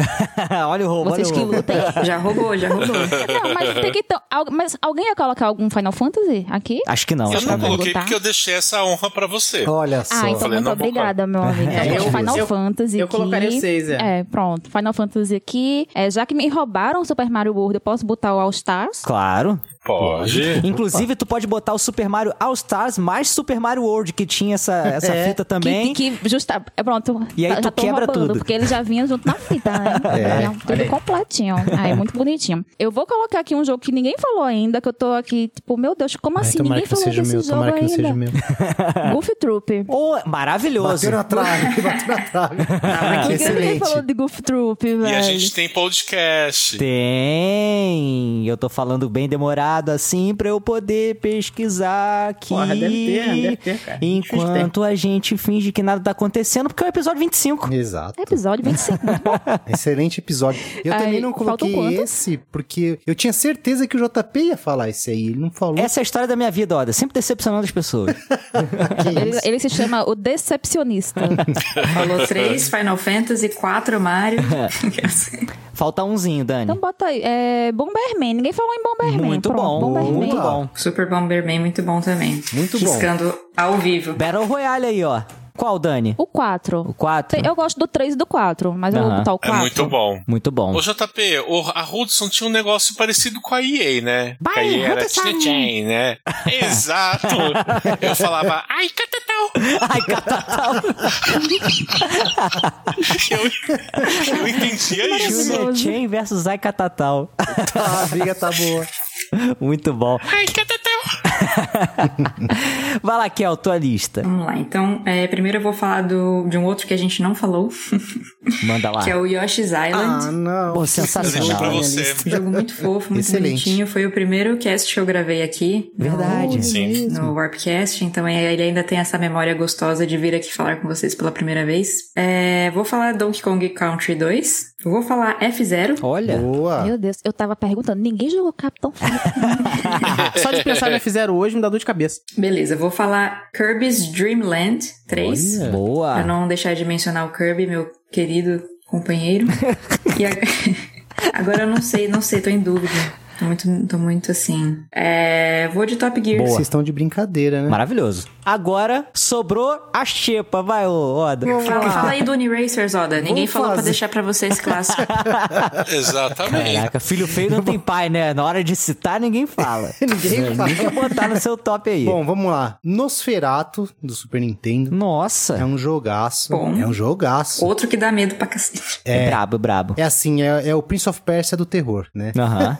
S2: olha o roubo,
S3: Vocês
S2: olha o
S3: que
S2: roubo.
S3: lutem.
S7: Já roubou, já roubou.
S3: Não, mas tem que. Então, al- mas alguém ia colocar algum Final Fantasy aqui?
S2: Acho que não,
S5: eu
S2: acho que
S5: não
S3: tá bom.
S2: não.
S5: coloquei
S3: Tá.
S5: porque eu deixei essa honra pra você.
S4: Olha só.
S3: Ah, então
S5: Falei,
S3: muito
S5: não vou
S3: obrigada, meu amigo.
S6: É,
S3: Então,
S4: eu-
S3: Final
S6: eu-
S3: Fantasy
S6: eu
S3: aqui.
S6: colocaria o seis, é.
S3: é. pronto. Final Fantasy aqui. É, já que me roubaram o Super Mario World, eu posso botar o All Stars?
S2: Claro.
S5: Pode.
S2: Inclusive, tu pode botar o Super Mario All Stars mais Super Mario World, que tinha essa, essa
S4: É.
S2: fita também.
S3: Que, que justa, é, pronto,
S2: E aí
S3: tá-
S2: tu
S3: já tô
S2: quebra
S3: roubando,
S2: tudo.
S3: Porque ele já vinha junto na fita, né?
S4: É,
S3: Vinha tudo completinho. Aí, muito bonitinho. Eu vou colocar aqui um jogo que ninguém falou ainda, que eu tô aqui, tipo, meu Deus, como
S4: Ai,
S3: assim?
S4: tomara
S3: Ninguém
S4: que não
S3: falou
S4: seja
S3: desse
S4: meu,
S3: jogo
S4: tomara que não seja
S3: ainda.
S4: meu.
S3: Goof Troop.
S2: Oh, maravilhoso.
S4: Bateu na trave, bateu na trave.
S3: Ah, Ninguém falou
S4: Excelente.
S3: de Goof Troop, velho.
S5: E a gente tem podcast.
S2: Tem! Eu tô falando bem demorado assim pra eu poder pesquisar aqui.
S6: Porra, deve ter, deve ter, cara. Acho
S2: Enquanto a gente finge que nada tá acontecendo, porque é o episódio 25.
S4: Exato.
S3: Episódio 25.
S4: Excelente episódio. Eu
S3: Ai, um
S4: também não
S3: faltam
S4: coloquei
S3: quantos?
S4: esse, porque eu tinha certeza que o JP ia falar esse aí. Ele não
S3: Uhum.
S4: falou.
S2: Essa é a história da minha vida, Oda. Sempre decepcionando as pessoas.
S3: ele, ele se chama o Decepcionista.
S7: Falou 3 Final Fantasy, 4 Mario.
S2: Falta umzinho,
S3: Então
S2: Dani.
S3: bota aí. É, Bomberman. Ninguém falou em Bomberman.
S2: muito
S3: Pronto,
S2: bom,
S3: Bomberman.
S2: muito bom.
S7: Super Bomberman, muito bom também.
S4: Muito bom.
S7: Riscando ao vivo.
S2: Battle Royale aí, ó. Qual, Dani?
S3: O 4.
S2: O 4?
S3: Eu gosto do 3 e do 4, mas eu vou
S2: Aham.
S3: botar o
S5: É
S3: 4.
S5: muito bom.
S2: Muito bom.
S5: Ô JP, o- a Hudson tinha um negócio parecido com a EA, né?
S2: Vai,
S5: Que a EA era
S2: Hudson!
S5: Tchin, né? Exato! Eu falava, ai, catatau!
S2: Ai, catatau.
S5: Eu, eu entendia isso.
S2: Junior
S3: Maravilhoso.
S2: Chain versus Zai Catatal.
S4: Ah, a briga tá boa.
S2: Muito bom.
S5: Ai, catatau!
S2: Vai lá, Kel, tua lista.
S7: Vamos lá, então, é, primeiro eu vou falar do, de um outro que a gente não falou,
S2: Manda lá.
S7: que é o Yoshi's
S4: Ah,
S7: Island.
S4: não.
S2: Pô,
S5: Eu deixo pra
S2: sensacional.
S5: você.
S7: Jogo muito fofo, muito
S4: Excelente.
S7: bonitinho. Foi o primeiro cast que eu gravei aqui. no-
S2: Verdade.
S5: Sim.
S7: no Warpcast, então é- ele ainda tem essa memória gostosa de vir aqui falar com vocês pela primeira vez. É, vou falar Donkey Kong Country 2, vou falar F0,
S2: Olha.
S4: Boa.
S3: Meu Deus, eu tava perguntando, ninguém jogou Capitão Fácil.
S6: que- Ah, Só de pensar no F0 hoje me dá dor de cabeça.
S7: beleza, vou falar Kirby's Dream Land 3,
S2: Olha.
S7: pra
S2: Boa.
S7: não deixar de mencionar o Kirby, meu querido companheiro. e a- agora eu não sei, não sei, tô em dúvida. Tô muito, tô muito assim. É, É, vou de Top Gear.
S4: Vocês estão de brincadeira, né?
S2: Maravilhoso. Agora sobrou a xepa, vai, ô Oda.
S7: Fala, fala aí do Uniracers, Oda. Ninguém falou pra
S4: fazer.
S7: deixar pra você esse clássico.
S5: Exatamente.
S2: Caraca, filho feio não tem pai, né? Na hora de citar, ninguém fala. ninguém fala. Tem que botar no seu top aí.
S4: Bom, vamos lá. Nosferato, do Super
S3: Hum.
S4: Nintendo.
S2: Nossa,
S4: É um jogaço.
S7: Bom.
S4: É um jogaço.
S7: Outro que dá medo pra cacete.
S2: é brabo, brabo.
S4: É assim, é, é o Prince of Persia do terror, né?
S2: Aham.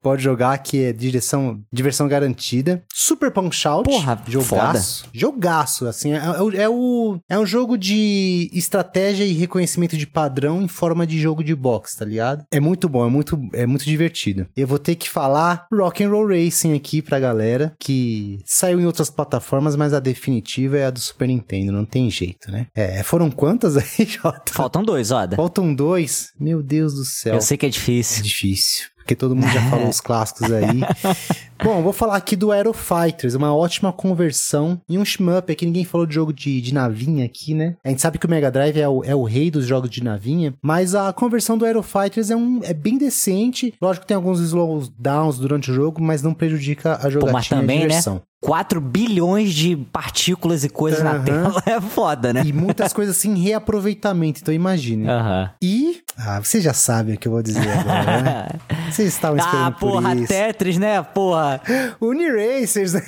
S4: Pode jogar que é direção, diversão garantida. Super Punch Out.
S2: Porra,
S4: jogaço. Jogaço, assim. É, é o- é o, é um jogo de estratégia e reconhecimento de padrão em forma de jogo de boxe, tá ligado? É muito bom, é muito, é muito divertido. Eu vou ter que falar Rock and Roll Racing aqui pra galera, que saiu em outras plataformas, mas a definitiva é a do Super Nintendo, não tem jeito, né? É, foram quantas aí, Jota?
S2: Faltam dois, Oda.
S4: Faltam dois? Meu Deus do céu.
S2: Eu sei que é
S4: É
S2: difícil.
S4: difícil. Porque todo mundo já
S2: É.
S4: falou os clássicos aí. Bom, vou falar aqui do Aero Fighters, uma ótima conversão e um shmup. Aqui ninguém falou de jogo de, de navinha aqui, né? A gente sabe que o Mega Drive é o, é o rei dos jogos de navinha, mas a conversão do Aero Fighters é, um, é bem decente. Lógico que tem alguns slowdowns durante o jogo, mas não prejudica a jogatina
S2: Pô, mas também,
S4: e a
S2: né?
S4: diversão.
S2: 4 bilhões de partículas e coisas na
S4: Aham.
S2: tela é foda, né?
S4: E muitas coisas assim, reaproveitamento, então imagine.
S2: Aham.
S4: E... Ah, vocês já sabem o que eu vou dizer agora, né? Vocês estavam esperando
S2: É. Ah, porra,
S4: por isso.
S2: Tetris, né? Porra.
S4: Uniracers, né?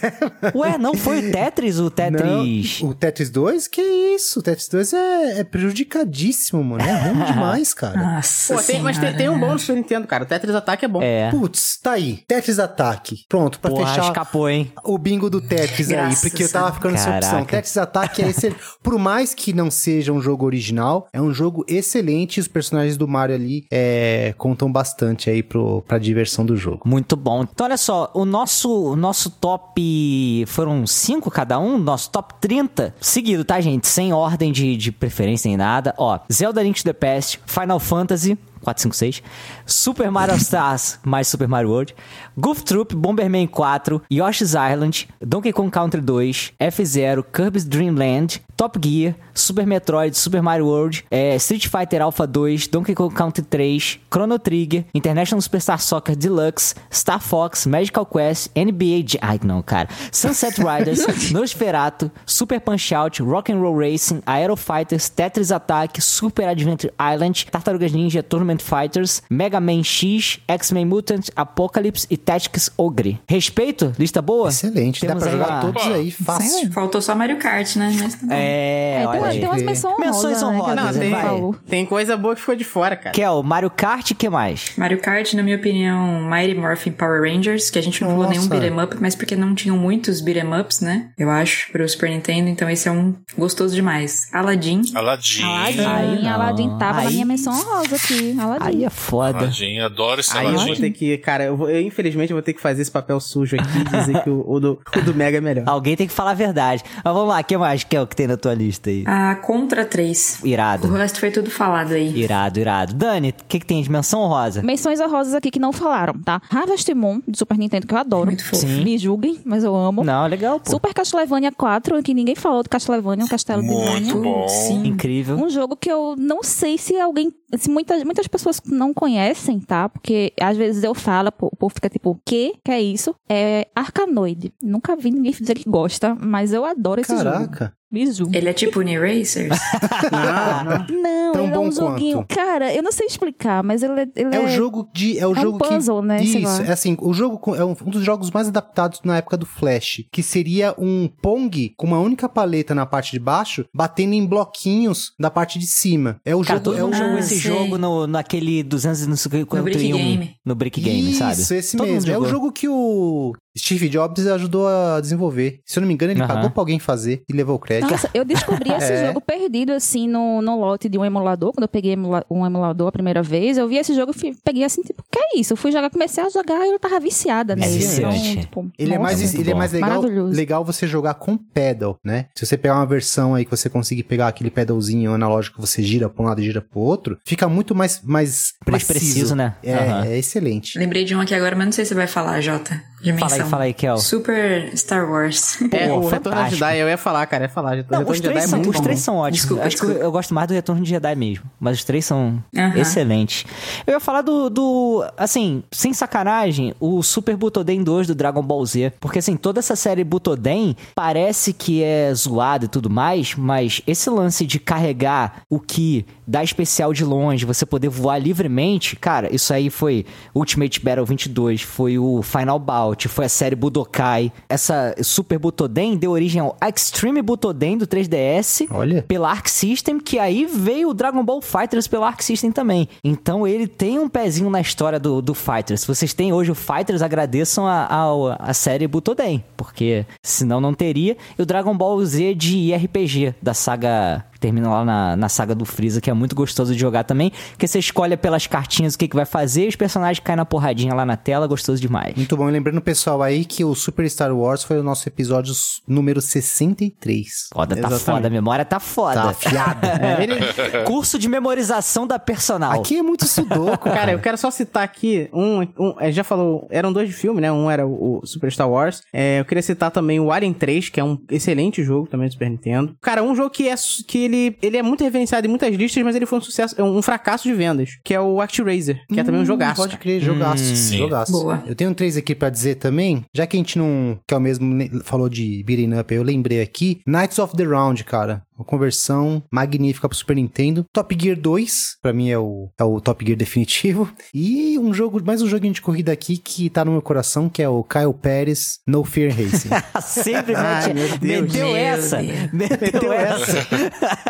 S2: Ué, não foi o Tetris o Tetris?
S4: Não, o Tetris 2? Que isso? O Tetris 2 é, é prejudicadíssimo, mano. É ruim demais, cara.
S7: Nossa
S6: Pô, tem- mas tem,
S7: Senhora.
S6: tem um bom no Super Nintendo, cara. O Tetris Attack é bom.
S2: É.
S4: Putz, tá aí. Tetris Ataque. Pronto, pra
S2: Porra,
S4: fechar
S2: escapou, hein?
S4: o bingo do Tetris aí,
S7: Graças
S4: porque eu tava ficando sem
S2: Caraca.
S4: opção. Tetris Attack é excelente. Por mais que não seja um jogo original, é um jogo excelente. Os personagens do Mario ali é, contam bastante aí pro, pra diversão do jogo.
S2: Muito bom. Então, olha só, o nosso, o nosso top. Foram cinco cada um? Nosso top 30 seguido, tá, gente? Sem ordem de, de preferência nem nada. Ó, Zelda Link to the Past, Final Fantasy. 456, Super Mario Stars mais Super Mario World, Goof Troop, Bomberman 4, Yoshi's Island, Donkey Kong Country 2, F-Zero, Kirby's Dream Land, Top Gear, Super Metroid, Super Mario World, é, Street Fighter Alpha 2, Donkey Kong Country 3, Chrono Trigger, International Superstar Soccer Deluxe, Star Fox, Magical Quest, NBA... J- Ai, não, cara. Sunset Riders, Nosferatu, Super Punch-Out, Rock'n'Roll Racing, Aero Fighters, Tetris Attack, Super Adventure Island, Tartarugas Ninja, Tournament Fighters, Mega Man X, X-Men Mutant, Apocalypse e Tactics Ogre. Respeito? Lista boa?
S4: Excelente,
S2: Temos
S4: dá pra
S2: aí
S4: jogar
S2: uma-
S4: todos aí, fácil.
S7: né? Faltou só Mario Kart, né? Mas tá bom.
S2: É,
S3: É,
S2: olha
S3: tem,
S2: aí.
S3: tem umas menções honrosas.
S2: Menções
S3: né,
S2: honrosas,
S3: que a
S6: Não,
S2: Mas é
S3: gente
S6: tem,
S2: vai.
S3: falou.
S6: tem coisa boa que ficou de fora, cara.
S2: Que é o Mario Kart, que mais?
S7: Mario Kart, na minha opinião, Mighty Morphin Power Rangers, que a gente não falou nenhum
S4: Nossa.
S7: beat'em up, mas porque não tinham muitos beat'em ups, né? Eu acho, pro Super Nintendo, então esse é um gostoso demais. Aladdin,
S5: Aladdin.
S3: Aladdin,
S2: Aí não.
S3: Aladdin tava na
S2: Aí-
S3: minha menção honrosa aqui. Aladdin.
S2: Aí é foda.
S5: Aladdin, adoro esse
S2: Aí
S6: Eu
S5: Aladdin.
S6: vou ter que, cara, eu, vou- eu, infelizmente eu vou ter que fazer esse papel sujo aqui e dizer que o, o do, o do Mega é melhor.
S2: Alguém tem que falar a verdade. Mas vamos lá, o que mais que é o que tem na tua lista aí?
S7: a Contra 3. O
S2: Irado.
S7: resto foi tudo falado aí.
S2: Irado, irado. Dani, o que, que tem de menção honrosa?
S3: Menções honrosas aqui que não falaram, tá? Harvest Moon, do Super Nintendo, que eu adoro.
S7: Muito fofo.
S2: Sim.
S3: Me julguem, mas eu amo.
S2: Não, legal, pô.
S3: Super Castlevania 4, que ninguém falou do Castlevania, o Castelo de
S5: Muito
S3: Lânia.
S5: bom.
S7: Sim.
S2: Incrível.
S3: Um jogo que eu não sei se alguém. Se muitas, muitas pessoas não conhecem, tá? Porque às vezes eu falo, pô, o povo fica tipo, o quê? Que é isso? É Arcanoid. Nunca vi ninguém dizer que gosta, mas eu adoro esse jogo.
S4: Caraca.
S3: Me julguem.
S7: Ele é tipo Uniracers?
S2: Ah,
S3: Não,
S4: Tão
S3: ele é
S4: bom
S3: um joguinho.
S4: quanto.
S3: Cara, eu não sei explicar, mas ele é. Ele
S4: É o
S3: é-
S4: jogo de. É o
S3: é um
S4: jogo que
S3: puzzle, né, sei
S4: Isso,
S3: lá.
S4: é assim, o jogo com- é um um dos jogos mais adaptados na época do Flash, que seria um Pong com uma única paleta na parte de baixo, batendo em bloquinhos da parte de cima. É o
S2: Cara,
S4: jogo.
S2: Tá, todo
S4: É o
S2: mundo jogou
S7: Ah,
S2: esse
S7: sei.
S2: jogo no, naquele 251.
S7: No Brick Game.
S2: No Brick Game,
S4: Isso,
S2: sabe?
S4: esse
S2: Todo mundo
S4: mesmo. É o
S2: jogou.
S4: jogo que o Steve Jobs ajudou a desenvolver. Se eu não me engano, ele
S2: Aham.
S4: pagou pra alguém fazer e levou o crédito.
S3: Nossa, eu descobri esse
S4: É.
S3: jogo perdido, assim, no, no lote de um emulador. Quando eu peguei emula- um emulador a primeira vez, eu vi esse jogo e fi- peguei assim, tipo, que é isso? Eu fui jogar, comecei a jogar e eu tava viciada nele.
S2: viciante.
S3: tipo,
S4: Ele é,
S3: nossa.
S4: mais,
S2: muito
S4: ele é
S2: bom.
S4: mais legal,
S3: Maravilhoso.
S4: legal você jogar com pedal, né? Se você pegar uma versão aí que você conseguir pegar aquele pedalzinho analógico que você gira pra um lado e gira pro outro, fica muito mais, mais preciso.
S2: Mais preciso, né?
S4: É,
S2: Aham.
S4: é excelente.
S7: Lembrei de um aqui agora, mas não sei se você vai falar, Jota. dimensão.
S2: Fala aí, fala aí, Kel.
S7: Super Star Wars.
S6: É,
S2: Pô,
S6: o Retorno de
S2: fantástico.
S6: Jedi, eu ia falar, cara, eu ia falar.
S2: Não,
S6: O Retorno
S2: os
S6: de Jedi
S2: três,
S6: é
S2: são,
S6: muito
S2: os
S6: bom.
S2: três são ótimos. né?
S7: Desculpa,
S2: Acho que
S7: desculpa.
S2: eu gosto mais do Retorno de Jedi mesmo. Mas os três são
S7: Aham.
S2: excelentes. Eu ia falar do, do- Assim, sem sacanagem, o Super Butoden 2 do Dragon Ball Z. Porque, assim, toda essa série Butoden parece que é zoada e tudo mais. Mas esse lance de carregar o que dá especial de longe, você poder voar livremente, cara, isso aí foi Ultimate Battle 22, foi o Final Bout, foi a série Budokai. Essa Super Butoden deu origem ao Extreme Butoden do 3DS
S4: Olha.
S2: pela Arc System, que aí veio o Dragon Ball Fighters pela Arc System também. Então ele tem um pezinho na história do, do Fighters. Se vocês têm hoje o Fighters, agradeçam a, a, a série Butoden, porque senão não teria. E o Dragon Ball Z de RPG, da saga. que Termina lá na, na saga do Freeza, que é muito gostoso de jogar também. Que você escolhe pelas cartinhas o que, que vai fazer, e os personagens caem na porradinha lá na tela, gostoso demais.
S4: Muito bom. E lembrando, pessoal, aí que o Super Star Wars foi o nosso episódio s- número 63.
S2: Foda, tá
S6: Exatamente.
S2: foda, a memória tá foda.
S4: Tá afiado. né?
S2: Curso de memorização da personal.
S4: Aqui é muito sudoku,
S6: Cara, eu quero só citar aqui um. um é, já falou. Eram dois de filme, né? Um era o, o Super Star Wars. É, eu queria citar também o Alien 3, que é um excelente jogo também do Super Nintendo. Cara, um jogo que é su- que ele, ele é muito reverenciado em muitas listas, mas ele foi um sucesso, é um fracasso de vendas, que é o ActRaiser, que é também
S2: Hum,
S6: um jogaço.
S4: Hum, Pode crer, jogaço.
S5: Hum, Sim.
S4: jogaço.
S7: Boa.
S4: Eu tenho três aqui pra dizer também, já que a gente não. que é o mesmo, né, falou de beating up, eu lembrei aqui. Knights of the Round, cara. Uma conversão magnífica pro Super Nintendo. Top Gear 2, pra mim é o, é o Top Gear definitivo. E um jogo, mais um joguinho de corrida aqui que tá no meu coração, que é o Kyle Pérez No Fear Racing.
S2: Tá Sempre
S6: Ai,
S2: mete,
S6: meu Deus.
S2: meteu
S7: Meu
S2: é essa.
S7: Deus.
S2: Meteu essa.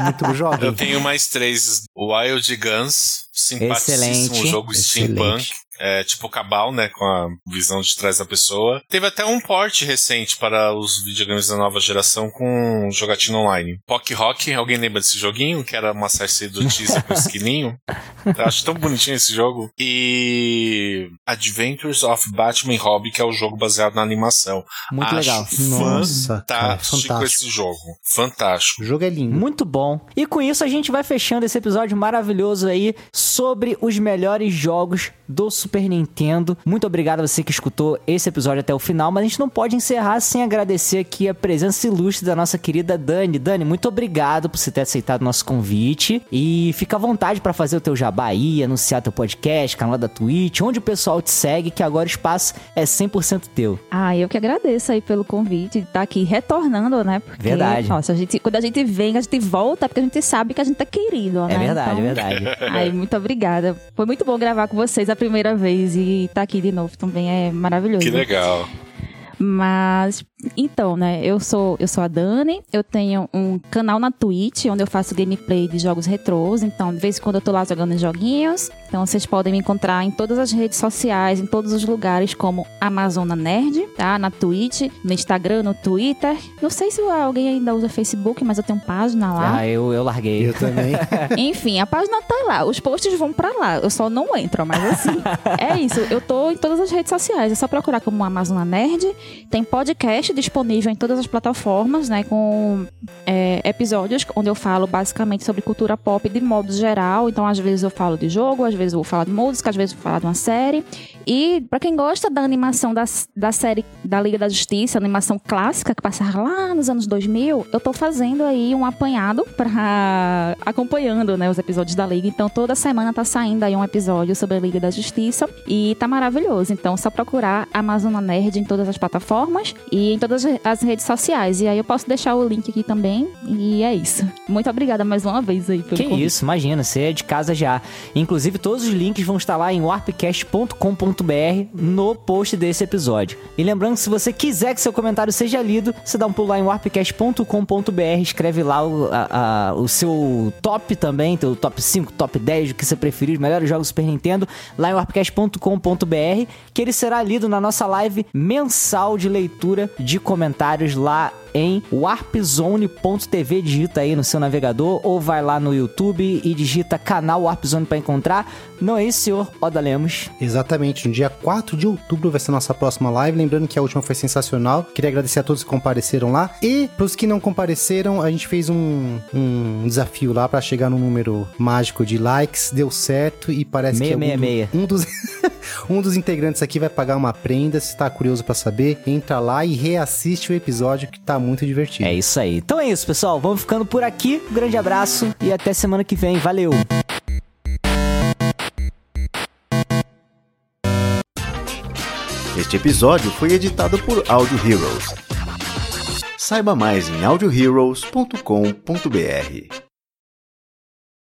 S4: Muito bom jogo.
S5: Eu tenho mais três. Wild Guns, simpaticíssimo
S2: Excelente.
S5: jogo
S4: Excelente.
S5: um steampunk. É, tipo Cabal, né? Com a visão de trás da pessoa. Teve até um port recente para os videogames da nova geração com jogatina online. Pock Rock, alguém lembra desse joguinho? Que era uma sacerdotisa com esquilinho. Eu acho tão bonitinho esse jogo. E Adventures of Batman e Hobby, que é o jogo baseado na animação.
S2: Muito
S5: acho
S2: legal.
S4: Nossa, cara,
S5: Fantástico,
S4: fantástico.
S5: esse jogo. Fantástico.
S4: O jogo é lindo.
S2: Muito bom. E com isso a gente vai fechando esse episódio maravilhoso aí sobre os melhores jogos do Super Nintendo. Muito obrigado a você que escutou esse episódio até o final, mas a gente não pode encerrar sem agradecer aqui a presença ilustre da nossa querida Dani. Dani, muito obrigado por você ter aceitado o nosso convite e fica à vontade para fazer o teu jabá aí, anunciar teu podcast, canal da Twitch, onde o pessoal te segue, que agora o espaço é 100% teu.
S3: Ah, eu que agradeço aí pelo convite de estar aqui retornando, né? Porque,
S2: Verdade.
S3: Nossa, a gente, quando a gente vem, a gente volta, porque a gente sabe que a gente é querido, né?
S2: É verdade, é
S3: Então,
S2: verdade.
S3: Ai, muito obrigada. Foi muito bom gravar com vocês a primeira vez e estar aqui de novo também é maravilhoso.
S5: Que legal.
S3: Mas então, né, eu sou eu sou a Dani, eu tenho um canal na Twitch onde eu faço gameplay de jogos retrôs, então de vez em quando eu tô lá jogando uns joguinhos. Então vocês podem me encontrar em todas as redes sociais, em todos os lugares como Amazona Nerd, tá? Na Twitch, no Instagram, no Twitter. Não sei se alguém ainda usa Facebook, mas eu tenho página lá.
S2: Ah, eu, eu larguei.
S4: Eu também.
S3: Enfim, a página tá lá. Os posts vão pra lá. Eu só não entro, mas assim. é isso. Eu tô em todas as redes sociais. É só procurar como Amazona Nerd. Tem podcast disponível em todas as plataformas, né? Com é, episódios onde eu falo basicamente sobre cultura pop de modo geral. Então, às vezes eu falo de jogo, às vezes eu vou falar de música, às vezes eu vou falar de uma série. E pra quem gosta da animação da, da série da Liga da Justiça, animação clássica que passava lá nos anos 2000, eu tô fazendo aí um apanhado pra acompanhando, né, os episódios da Liga. Então toda semana tá saindo aí um episódio sobre a Liga da Justiça e tá maravilhoso. Então é só procurar Amazona Nerd em todas as plataformas e em todas as redes sociais. E aí eu posso deixar o link aqui também. E é isso. Muito obrigada mais uma vez aí pelo
S2: Que
S3: convite.
S2: isso, imagina, você é de casa já. Inclusive, todos os links vão estar lá em warpcast.com.br no post desse episódio. E lembrando, que se você quiser que seu comentário seja lido, você dá um pulo lá em warpcast.com.br, escreve lá o, a- a- o seu top também, teu top 5, top 10, o que você preferir, os melhores jogos do Super Nintendo, lá em warpcast.com.br, que ele será lido na nossa live mensal de leitura de comentários lá em warpzone.tv, digita aí no seu navegador ou vai lá no YouTube e digita canal Warpzone pra encontrar. Não é isso, senhor Oda Lemos.
S4: Exatamente, no dia 4 de outubro vai ser a nossa próxima live. Lembrando que a última foi sensacional. Queria agradecer a todos que compareceram lá. E pros que não compareceram, a gente fez um, um desafio lá pra chegar num número mágico de likes. Deu certo e parece que é um, do-
S2: 666.
S4: um dos. Um dos integrantes aqui vai pagar uma prenda. Se tá curioso pra saber, entra lá e reassiste o episódio que tá muito divertido.
S2: É isso aí. Então é isso, pessoal. Vamos ficando por aqui. Um grande abraço e até semana que vem. Valeu!
S8: Este episódio foi editado por Audio Heroes. Saiba mais em audioheroes.com.br.